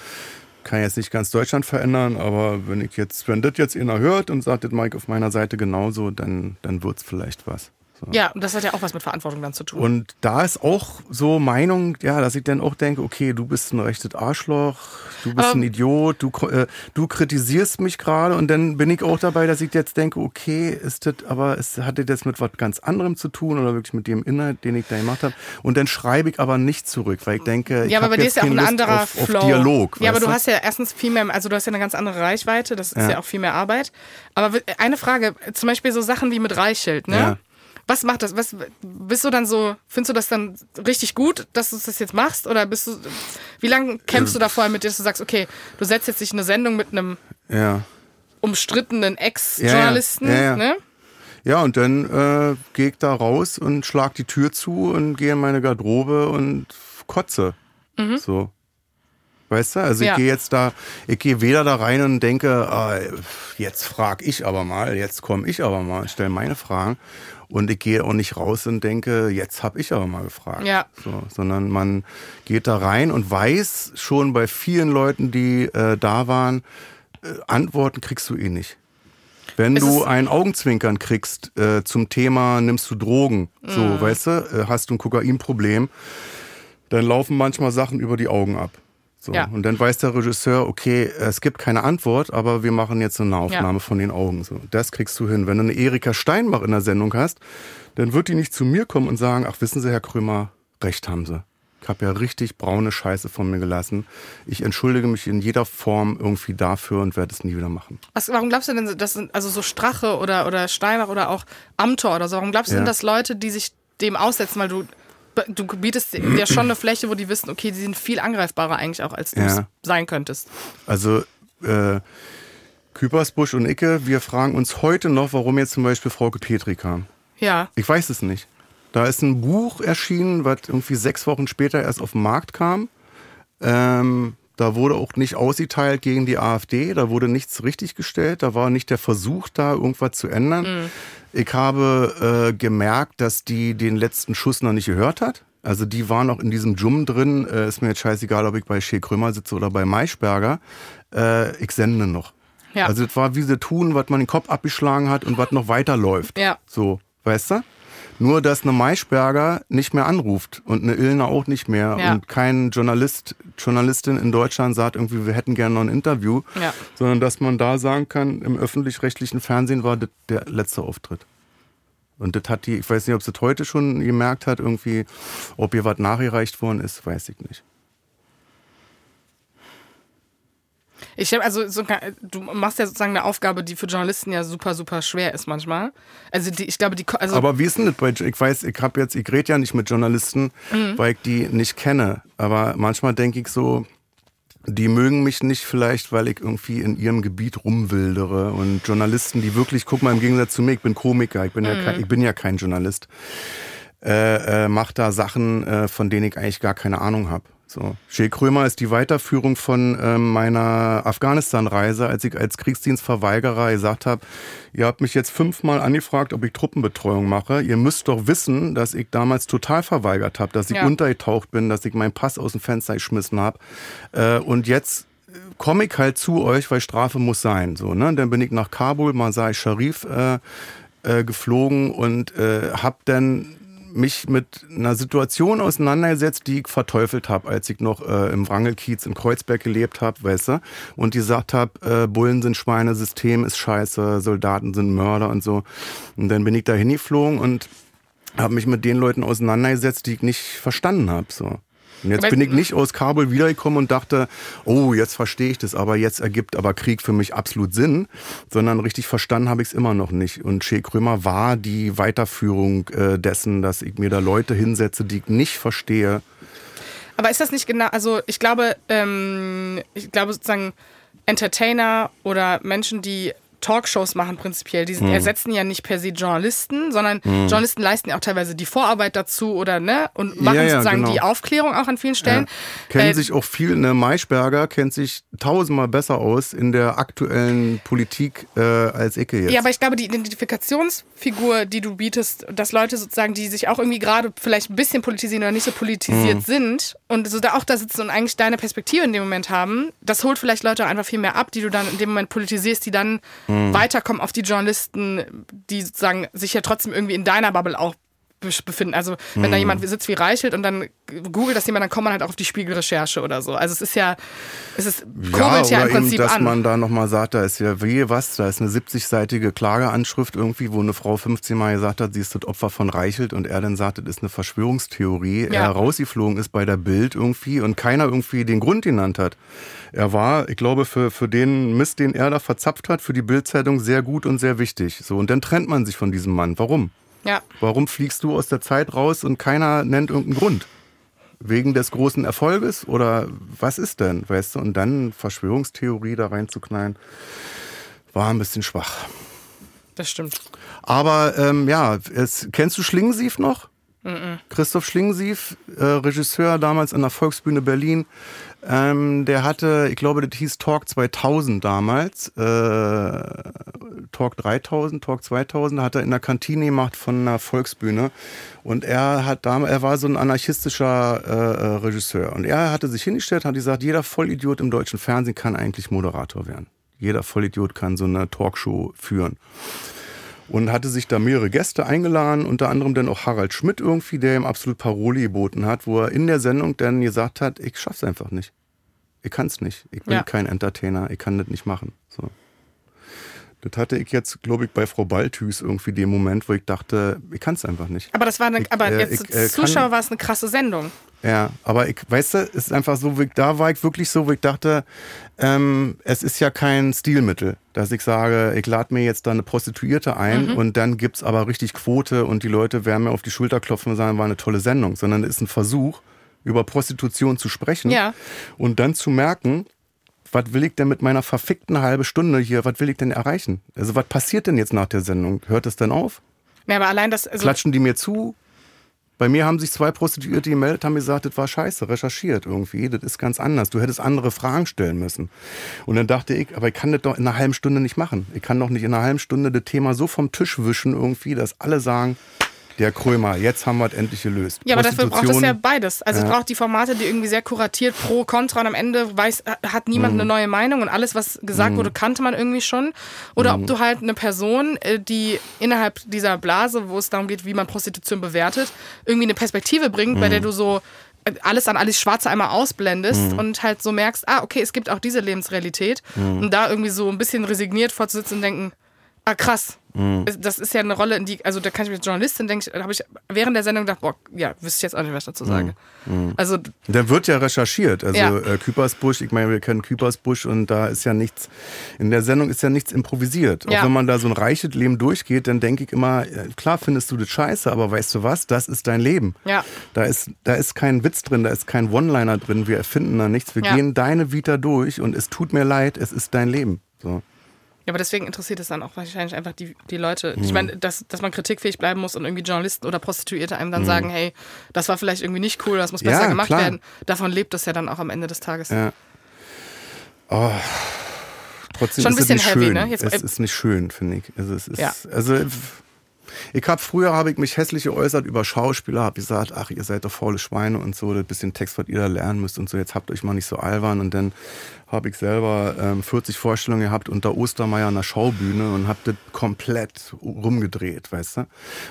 [SPEAKER 2] kann jetzt nicht ganz Deutschland verändern, aber wenn ich jetzt, wenn das jetzt einer hört und sagt, das Mike auf meiner Seite genauso, dann, dann wird's vielleicht was. So.
[SPEAKER 3] Ja, und das hat ja auch was mit Verantwortung dann zu tun.
[SPEAKER 2] Und da ist auch so Meinung, ja, dass ich dann auch denke, okay, du bist ein rechtes Arschloch, du bist
[SPEAKER 3] Aber-
[SPEAKER 2] ein Idiot, du, ko- äh, du kritisierst mich gerade und dann bin ich auch dabei, dass ich jetzt denke, okay, ist das, aber es hatte das mit was ganz anderem zu tun oder wirklich mit dem Inhalt, den ich da gemacht habe. Und dann schreibe ich aber nicht zurück, weil ich denke, ich
[SPEAKER 3] ja, aber
[SPEAKER 2] hab
[SPEAKER 3] bei dir
[SPEAKER 2] jetzt
[SPEAKER 3] ist ja auch
[SPEAKER 2] keine
[SPEAKER 3] ein
[SPEAKER 2] Lust
[SPEAKER 3] anderer
[SPEAKER 2] auf,
[SPEAKER 3] Flow.
[SPEAKER 2] auf Dialog.
[SPEAKER 3] ja, aber
[SPEAKER 2] weißt
[SPEAKER 3] du hast ja erstens viel mehr, also du hast ja eine ganz andere Reichweite, das ist ja, auch viel mehr Arbeit. Aber w- eine Frage, zum Beispiel so Sachen wie mit Reichschild, ne?
[SPEAKER 2] Ja.
[SPEAKER 3] Was macht das? Was bist du dann so? Findest du das dann richtig gut, dass du das jetzt machst? Oder bist du? Wie lange kämpfst du da vorher mit dir, dass du sagst, okay, du setzt jetzt dich in eine Sendung mit einem
[SPEAKER 2] ja.
[SPEAKER 3] umstrittenen Ex-Journalisten,
[SPEAKER 2] Ja, ja, ja, ja.
[SPEAKER 3] ne?
[SPEAKER 2] Ja, und dann äh, gehe ich da raus und schlag die Tür zu und gehe in meine Garderobe und kotze. So. Weißt du? Also
[SPEAKER 3] Mhm. Ja.
[SPEAKER 2] ich gehe jetzt da, ich gehe weder da rein und denke, ah, jetzt frag ich aber mal, jetzt komme ich aber mal und stelle meine Fragen. Und ich gehe auch nicht raus und denke, jetzt hab ich aber mal gefragt.
[SPEAKER 3] Ja.
[SPEAKER 2] So, sondern man geht da rein und weiß schon bei vielen Leuten, die äh, da waren, äh, Antworten kriegst du eh nicht. Wenn
[SPEAKER 3] Es
[SPEAKER 2] du
[SPEAKER 3] ist-
[SPEAKER 2] ein Augenzwinkern kriegst äh, zum Thema, nimmst du Drogen, so,
[SPEAKER 3] Mm.
[SPEAKER 2] weißt du, äh, hast du ein Kokainproblem, dann laufen manchmal Sachen über die Augen ab. So.
[SPEAKER 3] Ja.
[SPEAKER 2] Und dann weiß der Regisseur, okay, es gibt keine Antwort, aber wir machen jetzt eine Aufnahme von den Augen. So. Das kriegst du hin. Wenn du eine Erika Steinbach in der Sendung hast, dann wird die nicht zu mir kommen und sagen, ach wissen Sie, Herr Krömer, recht haben Sie. Ich habe ja richtig braune Scheiße von mir gelassen. Ich entschuldige mich in jeder Form irgendwie dafür und werde es nie wieder machen.
[SPEAKER 3] Was, warum glaubst du denn, das sind also so Strache oder, oder Steinbach oder auch Amtor oder so, warum glaubst du
[SPEAKER 2] Ja.
[SPEAKER 3] denn, dass Leute, die sich dem aussetzen, weil du, du bietest dir schon eine Fläche, wo die wissen, okay, die sind viel angreifbarer eigentlich auch, als du es
[SPEAKER 2] Ja.
[SPEAKER 3] sein könntest.
[SPEAKER 2] Also äh, Küpersbusch und Icke, wir fragen uns heute noch, warum jetzt zum Beispiel Frauke Petri kam.
[SPEAKER 3] Ja.
[SPEAKER 2] Ich weiß es nicht. Da ist ein Buch erschienen, was irgendwie sechs Wochen später erst auf den Markt kam. Ähm, da wurde auch nicht ausgeteilt gegen die AfD, da wurde nichts richtiggestellt, da war nicht der Versuch da, irgendwas zu ändern. Ich habe äh, gemerkt, dass die den letzten Schuss noch nicht gehört hat. Also die waren auch in diesem Dschum drin. Äh, ist mir jetzt scheißegal, ob ich bei Shea Krömer sitze oder bei Maischberger. Äh, ich sende noch.
[SPEAKER 3] Ja.
[SPEAKER 2] Also das war wie sie tun, was man den Kopf abgeschlagen hat und was noch weiterläuft.
[SPEAKER 3] Ja.
[SPEAKER 2] So, weißt du? Nur, dass eine Maischberger nicht mehr anruft und eine Illner auch nicht mehr
[SPEAKER 3] Ja.
[SPEAKER 2] und kein Journalist, Journalistin in Deutschland sagt irgendwie, wir hätten gerne noch ein Interview,
[SPEAKER 3] Ja.
[SPEAKER 2] sondern dass man da sagen kann, im öffentlich-rechtlichen Fernsehen war das der letzte Auftritt. Und das hat die, ich weiß nicht, ob sie das heute schon gemerkt hat, irgendwie, ob ihr was nachgereicht worden ist, weiß ich nicht.
[SPEAKER 3] Ich hab also so, du machst ja sozusagen eine Aufgabe, die für Journalisten ja super, super schwer ist manchmal. Also die, ich glaube, die also
[SPEAKER 2] Aber wie ist denn das bei, ich weiß, ich habe jetzt, ich rede ja nicht mit Journalisten, weil ich die nicht kenne. Aber manchmal denke ich so, die mögen mich nicht vielleicht, weil ich irgendwie in ihrem Gebiet rumwildere. Und Journalisten, die wirklich, guck mal, im Gegensatz zu mir, ich bin Komiker, ich bin, ja, kein, ich bin ja kein Journalist, äh, äh, macht da Sachen, äh, von denen ich eigentlich gar keine Ahnung habe. So. Shea Krömer ist die Weiterführung von ähm, meiner Afghanistan-Reise, als ich als Kriegsdienstverweigerer gesagt habe, ihr habt mich jetzt fünfmal angefragt, ob ich Truppenbetreuung mache. Ihr müsst doch wissen, dass ich damals total verweigert habe, dass ich
[SPEAKER 3] Ja.
[SPEAKER 2] untergetaucht bin, dass ich meinen Pass aus dem Fenster geschmissen habe. Äh, und jetzt komme ich halt zu euch, weil Strafe muss sein. So, ne? Dann bin ich nach Kabul, Masai Sharif äh, äh, geflogen und äh, habe dann mich mit einer Situation auseinandergesetzt, die ich verteufelt habe, als ich noch äh, im Wrangelkiez in Kreuzberg gelebt habe, weißt du, und die gesagt habe, äh, Bullen sind Schweine, System ist scheiße, Soldaten sind Mörder und so. Und dann bin ich da hingeflogen und habe mich mit den Leuten auseinandergesetzt, die ich nicht verstanden habe. So. Und jetzt
[SPEAKER 3] Aber-
[SPEAKER 2] bin ich nicht aus Kabul wiedergekommen und dachte, oh, jetzt verstehe ich das, aber jetzt ergibt aber Krieg für mich absolut Sinn, sondern richtig verstanden habe ich es immer noch nicht. Und Che Krömer war die Weiterführung äh, dessen, dass ich mir da Leute hinsetze, die ich nicht verstehe.
[SPEAKER 3] Aber ist das nicht genau, also ich glaube, ähm, ich glaube sozusagen Entertainer oder Menschen, die Talkshows machen prinzipiell. Die
[SPEAKER 2] Mhm.
[SPEAKER 3] sind, ersetzen ja nicht per se Journalisten, sondern Journalisten leisten ja auch teilweise die Vorarbeit dazu oder ne und machen
[SPEAKER 2] Ja, ja,
[SPEAKER 3] sozusagen
[SPEAKER 2] genau.
[SPEAKER 3] die Aufklärung auch an vielen Stellen.
[SPEAKER 2] Kennen
[SPEAKER 3] Äh,
[SPEAKER 2] sich auch viel, ne? Maischberger kennt sich tausendmal besser aus in der aktuellen Politik äh, als Icke jetzt.
[SPEAKER 3] Ja, aber ich glaube, die Identifikationsfigur, die du bietest, dass Leute sozusagen, die sich auch irgendwie gerade vielleicht ein bisschen politisieren oder nicht so
[SPEAKER 2] Mhm.
[SPEAKER 3] politisiert sind und so da auch da sitzen und eigentlich deine Perspektive in dem Moment haben, das holt vielleicht Leute auch einfach viel mehr ab, die du dann in dem Moment politisierst, die dann
[SPEAKER 2] Mhm.
[SPEAKER 3] weiterkommen auf die Journalisten, die sozusagen sich ja trotzdem irgendwie in deiner Bubble auch besch- befinden. Also wenn
[SPEAKER 2] Mhm.
[SPEAKER 3] da jemand sitzt wie Reichelt und dann googelt das jemand, dann kommt man halt auch auf die Spiegelrecherche oder so. Also es ist ja, es ist kurbelt ja,
[SPEAKER 2] oder
[SPEAKER 3] im Prinzip
[SPEAKER 2] eben, dass
[SPEAKER 3] an.
[SPEAKER 2] man da nochmal sagt, da ist ja wie was, da ist eine 70-seitige Klageanschrift irgendwie, wo eine Frau 15 Mal gesagt hat, sie ist das Opfer von Reichelt und er dann sagt, das ist eine Verschwörungstheorie.
[SPEAKER 3] Ja.
[SPEAKER 2] Er rausgeflogen ist bei der Bild irgendwie und keiner irgendwie den Grund genannt hat. Er war, ich glaube, für, für den Mist, den er da verzapft hat, für die Bildzeitung sehr gut und sehr wichtig. So, und dann trennt man sich von diesem Mann. Warum?
[SPEAKER 3] ja.
[SPEAKER 2] Warum fliegst du aus der Zeit raus und keiner nennt irgendeinen Grund? Wegen des großen Erfolges oder was ist denn, weißt du? Und dann Verschwörungstheorie da reinzuknallen, war ein bisschen schwach.
[SPEAKER 3] Das stimmt.
[SPEAKER 2] Aber ähm, ja, es, kennst du Schlingensief noch? Christoph Schlingensief, äh, Regisseur damals an der Volksbühne Berlin, ähm, der hatte, ich glaube, das hieß Talk 2000 damals, äh, Talk 3000, Talk 2000, hat er in der Kantine gemacht von einer Volksbühne. Und er hat damals, er war so ein anarchistischer äh, äh, Regisseur. Und er hatte sich hingestellt, hat gesagt, jeder Vollidiot im deutschen Fernsehen kann eigentlich Moderator werden. Jeder Vollidiot kann so eine Talkshow führen und hatte sich da mehrere Gäste eingeladen, unter anderem dann auch Harald Schmidt irgendwie, der ihm absolut Paroli geboten hat, wo er in der Sendung dann gesagt hat, ich schaff's einfach nicht. Ich kann's nicht. Ich bin
[SPEAKER 3] Ja.
[SPEAKER 2] kein Entertainer, ich kann das nicht machen. So. Das hatte ich jetzt, glaube ich, bei Frau Balthus irgendwie den Moment, wo ich dachte, ich kann's einfach nicht.
[SPEAKER 3] Aber das war eine,
[SPEAKER 2] Ich,
[SPEAKER 3] aber
[SPEAKER 2] äh,
[SPEAKER 3] jetzt
[SPEAKER 2] ich, äh,
[SPEAKER 3] Zuschauer
[SPEAKER 2] kann-
[SPEAKER 3] war es eine krasse Sendung.
[SPEAKER 2] Ja, aber ich, weißt du, es ist einfach so, wie ich- da war ich wirklich so, wo ich dachte, ähm, es ist ja kein Stilmittel, dass ich sage, ich lade mir jetzt da eine Prostituierte ein und dann gibt's aber richtig Quote und die Leute werden mir auf die Schulter klopfen und sagen, war eine tolle Sendung, sondern es ist ein Versuch, über Prostitution zu sprechen
[SPEAKER 3] Ja.
[SPEAKER 2] und dann zu merken, was will ich denn mit meiner verfickten halben Stunde hier, was will ich denn erreichen? Also was passiert denn jetzt nach der Sendung? Hört es denn auf?
[SPEAKER 3] Nee, aber allein das, also,
[SPEAKER 2] klatschen die mir zu. Bei mir haben sich zwei Prostituierte gemeldet, haben gesagt, das war scheiße, recherchiert irgendwie, das ist ganz anders. Du hättest andere Fragen stellen müssen. Und dann dachte ich, aber ich kann das doch in einer halben Stunde nicht machen. Ich kann doch nicht in einer halben Stunde das Thema so vom Tisch wischen irgendwie, dass alle sagen, der Krömer, jetzt haben wir es endlich gelöst.
[SPEAKER 3] ja, aber dafür braucht es ja
[SPEAKER 2] Prostitution-
[SPEAKER 3] beides. Also es braucht die Formate, die irgendwie sehr kuratiert, pro, contra und am Ende weiß, hat niemand
[SPEAKER 2] Mhm.
[SPEAKER 3] eine neue Meinung und alles, was gesagt wurde, kannte man irgendwie schon. Oder
[SPEAKER 2] Mhm.
[SPEAKER 3] ob du halt eine Person, äh, die innerhalb dieser Blase, wo es darum geht, wie man Prostitution bewertet, irgendwie eine Perspektive bringt,
[SPEAKER 2] Mhm.
[SPEAKER 3] bei der du so äh, alles an alles Schwarze einmal ausblendest und halt so merkst, ah, okay, es gibt auch diese Lebensrealität.
[SPEAKER 2] Mhm.
[SPEAKER 3] Und da irgendwie so ein bisschen resigniert vorzusitzen und denken, Ah, krass.
[SPEAKER 2] Mhm.
[SPEAKER 3] Es- Das ist ja eine Rolle, in die, also da kann ich mir als Journalistin denke ich, habe ich während der Sendung gedacht, boah, ja, wüsste ich jetzt auch nicht, was ich dazu sage.
[SPEAKER 2] Mhm.
[SPEAKER 3] Also,
[SPEAKER 2] Da wird ja recherchiert. Also
[SPEAKER 3] Ja.
[SPEAKER 2] äh, Küpersbusch, ich meine, wir kennen Küpersbusch und da ist ja nichts, in der Sendung ist ja nichts improvisiert.
[SPEAKER 3] Ja.
[SPEAKER 2] Auch wenn man da so ein reiches Leben durchgeht, dann denke ich immer, äh, klar findest du das scheiße, aber weißt du was, das ist dein Leben.
[SPEAKER 3] Ja.
[SPEAKER 2] Da, ist, da ist kein Witz drin, da ist kein One-Liner drin, wir erfinden da nichts. Wir
[SPEAKER 3] Ja.
[SPEAKER 2] gehen deine Vita durch und es tut mir leid, es ist dein Leben. So.
[SPEAKER 3] ja, aber deswegen interessiert es dann auch wahrscheinlich einfach die, die Leute.
[SPEAKER 2] Mhm.
[SPEAKER 3] Ich meine, dass, dass man kritikfähig bleiben muss und irgendwie Journalisten oder Prostituierte einem dann sagen, hey, das war vielleicht irgendwie nicht cool, das muss
[SPEAKER 2] Mhm. Ja,
[SPEAKER 3] besser gemacht
[SPEAKER 2] klar.
[SPEAKER 3] werden. Davon lebt das ja dann auch am Ende des Tages.
[SPEAKER 2] Ja. Trotzdem
[SPEAKER 3] Schon ein
[SPEAKER 2] ist es
[SPEAKER 3] bisschen
[SPEAKER 2] nicht
[SPEAKER 3] heavy,
[SPEAKER 2] schön.
[SPEAKER 3] ne? Jetzt-
[SPEAKER 2] es ist nicht schön, finde ich. Also, es ist,
[SPEAKER 3] Ja.
[SPEAKER 2] also ich habe früher habe ich mich hässlich geäußert über Schauspieler, habe gesagt, ach, ihr seid doch faule Schweine und so, das bisschen Text, was ihr da lernen müsst und so, jetzt habt euch mal nicht so albern. Und dann habe ich selber ähm, 40 Vorstellungen gehabt unter Ostermeier an der Schaubühne und habe das komplett rumgedreht, weißt du?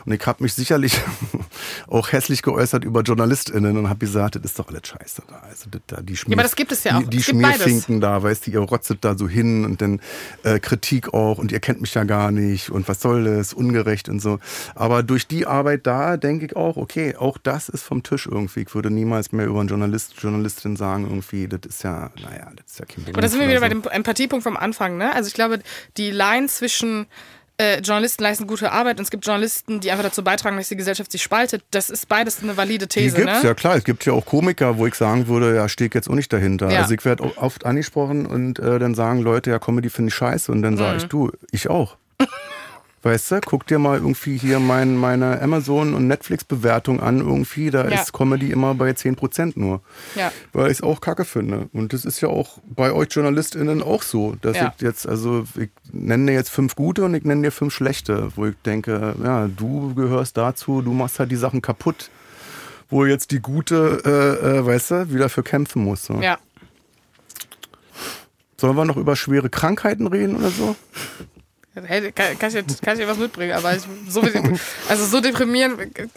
[SPEAKER 2] Und ich habe mich sicherlich auch hässlich geäußert über JournalistInnen und habe gesagt, das ist doch alles scheiße da. Also, das, da die Schmier,
[SPEAKER 3] aber das gibt es ja auch.
[SPEAKER 2] Die, die
[SPEAKER 3] Es gibt beides.
[SPEAKER 2] Schmierfinken Gedanken da, weißt du, ihr rotzet da so hin und dann äh, Kritik auch und ihr kennt mich ja gar nicht und was soll das, ungerecht und so. Aber durch die Arbeit da denke ich auch, okay, auch das ist vom Tisch irgendwie. Ich würde niemals mehr über einen Journalist, Journalistin sagen, irgendwie, das ist ja, naja, das ist ja kein Beruf
[SPEAKER 3] Aber da sind wir
[SPEAKER 2] oder
[SPEAKER 3] wieder bei
[SPEAKER 2] so.
[SPEAKER 3] Also, dem Empathiepunkt vom Anfang, ne? Also ich glaube, die Line zwischen äh, Journalisten leisten gute Arbeit und es gibt Journalisten, die einfach dazu beitragen, dass die Gesellschaft sich spaltet. Das ist beides eine valide
[SPEAKER 2] Die
[SPEAKER 3] These,
[SPEAKER 2] gibt's,
[SPEAKER 3] ne?
[SPEAKER 2] ja klar. Es gibt ja auch Komiker, wo ich sagen würde, ja, stehe ich jetzt auch nicht dahinter.
[SPEAKER 3] Ja.
[SPEAKER 2] Also ich werde o- oft angesprochen und äh, dann sagen Leute, ja, Comedy finde ich scheiße. Und dann sage
[SPEAKER 3] Mhm.
[SPEAKER 2] ich, du, ich auch. Weißt du, guck dir mal irgendwie hier mein, meine Amazon- und Netflix-Bewertung an irgendwie. Da
[SPEAKER 3] Ja.
[SPEAKER 2] ist Comedy immer bei 10% nur.
[SPEAKER 3] Ja.
[SPEAKER 2] Weil ich es auch kacke finde. Und das ist ja auch bei euch JournalistInnen auch so. Dass
[SPEAKER 3] Ja.
[SPEAKER 2] ich jetzt, also ich nenne dir jetzt fünf gute und ich nenne dir fünf schlechte, wo ich denke, ja, du gehörst dazu, du machst halt die Sachen kaputt, wo jetzt die gute, äh, äh, weißt du, wieder für kämpfen muss. Ne?
[SPEAKER 3] Ja.
[SPEAKER 2] Sollen wir noch über schwere Krankheiten reden oder so?
[SPEAKER 3] Hey, kann, kann, ich, jetzt- kann ich dir was mitbringen, aber ich, so, wie- also so deprimieren können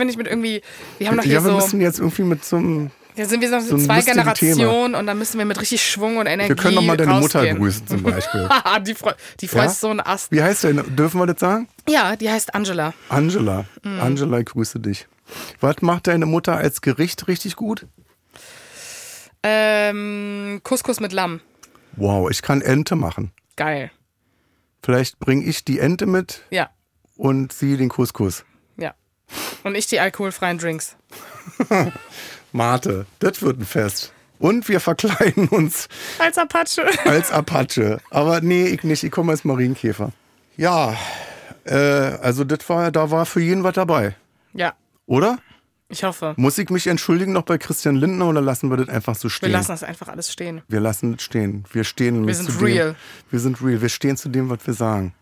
[SPEAKER 3] wir nicht mit irgendwie. Wir haben doch hier
[SPEAKER 2] ja, wir
[SPEAKER 3] so.
[SPEAKER 2] müssen jetzt irgendwie mit so einem.
[SPEAKER 3] Jetzt sind wir noch
[SPEAKER 2] ein
[SPEAKER 3] zwei
[SPEAKER 2] lustiges
[SPEAKER 3] Generationen und dann müssen wir mit richtig Schwung und Energie.
[SPEAKER 2] Wir können noch mal deine Mutter
[SPEAKER 3] rausgehen.
[SPEAKER 2] grüßen zum Beispiel.
[SPEAKER 3] Haha, die Frau, die Frau
[SPEAKER 2] Ja?
[SPEAKER 3] ist so ein Ast.
[SPEAKER 2] Wie heißt denn? Dürfen wir das sagen?
[SPEAKER 3] Ja, die heißt Angela.
[SPEAKER 2] Angela.
[SPEAKER 3] Mhm.
[SPEAKER 2] Angela, ich grüße dich. Was macht deine Mutter als Gericht richtig gut?
[SPEAKER 3] Ähm, Couscous mit Lamm.
[SPEAKER 2] Wow, ich kann Ente machen.
[SPEAKER 3] Geil.
[SPEAKER 2] Vielleicht bringe ich die Ente mit
[SPEAKER 3] Ja,
[SPEAKER 2] und sie den Couscous.
[SPEAKER 3] ja. Und ich die alkoholfreien Drinks.
[SPEAKER 2] Mate, das wird ein Fest. Und wir verkleiden uns
[SPEAKER 3] Als Apache.
[SPEAKER 2] als Apache. Aber nee, ich nicht. Ich komme als Marienkäfer. Ja, äh, also das war, da war für jeden was dabei,
[SPEAKER 3] Ja,
[SPEAKER 2] oder?
[SPEAKER 3] ich hoffe.
[SPEAKER 2] Muss ich mich entschuldigen noch bei Christian Lindner oder lassen wir das einfach so
[SPEAKER 3] Wir
[SPEAKER 2] stehen?
[SPEAKER 3] lassen das einfach alles stehen.
[SPEAKER 2] wir lassen das stehen. Wir stehen nämlich
[SPEAKER 3] sind
[SPEAKER 2] zu dem,
[SPEAKER 3] real.
[SPEAKER 2] Wir sind real. Wir stehen zu dem, was wir sagen.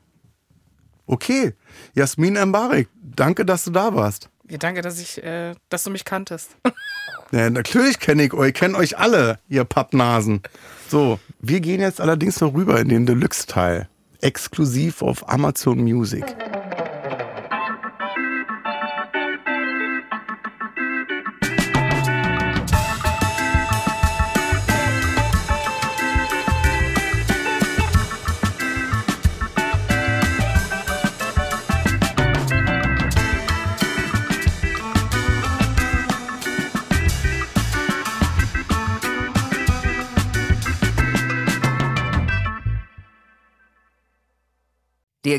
[SPEAKER 2] Okay, Jasmin Embarek, danke, dass du da warst.
[SPEAKER 3] Ja, danke, dass ich, äh, dass du mich kanntest.
[SPEAKER 2] Ja, natürlich kenne ich euch, kenne euch alle, ihr Pappnasen. So, wir gehen jetzt allerdings noch rüber in den Deluxe-Teil. Exklusiv auf Amazon Music.
[SPEAKER 1] Dir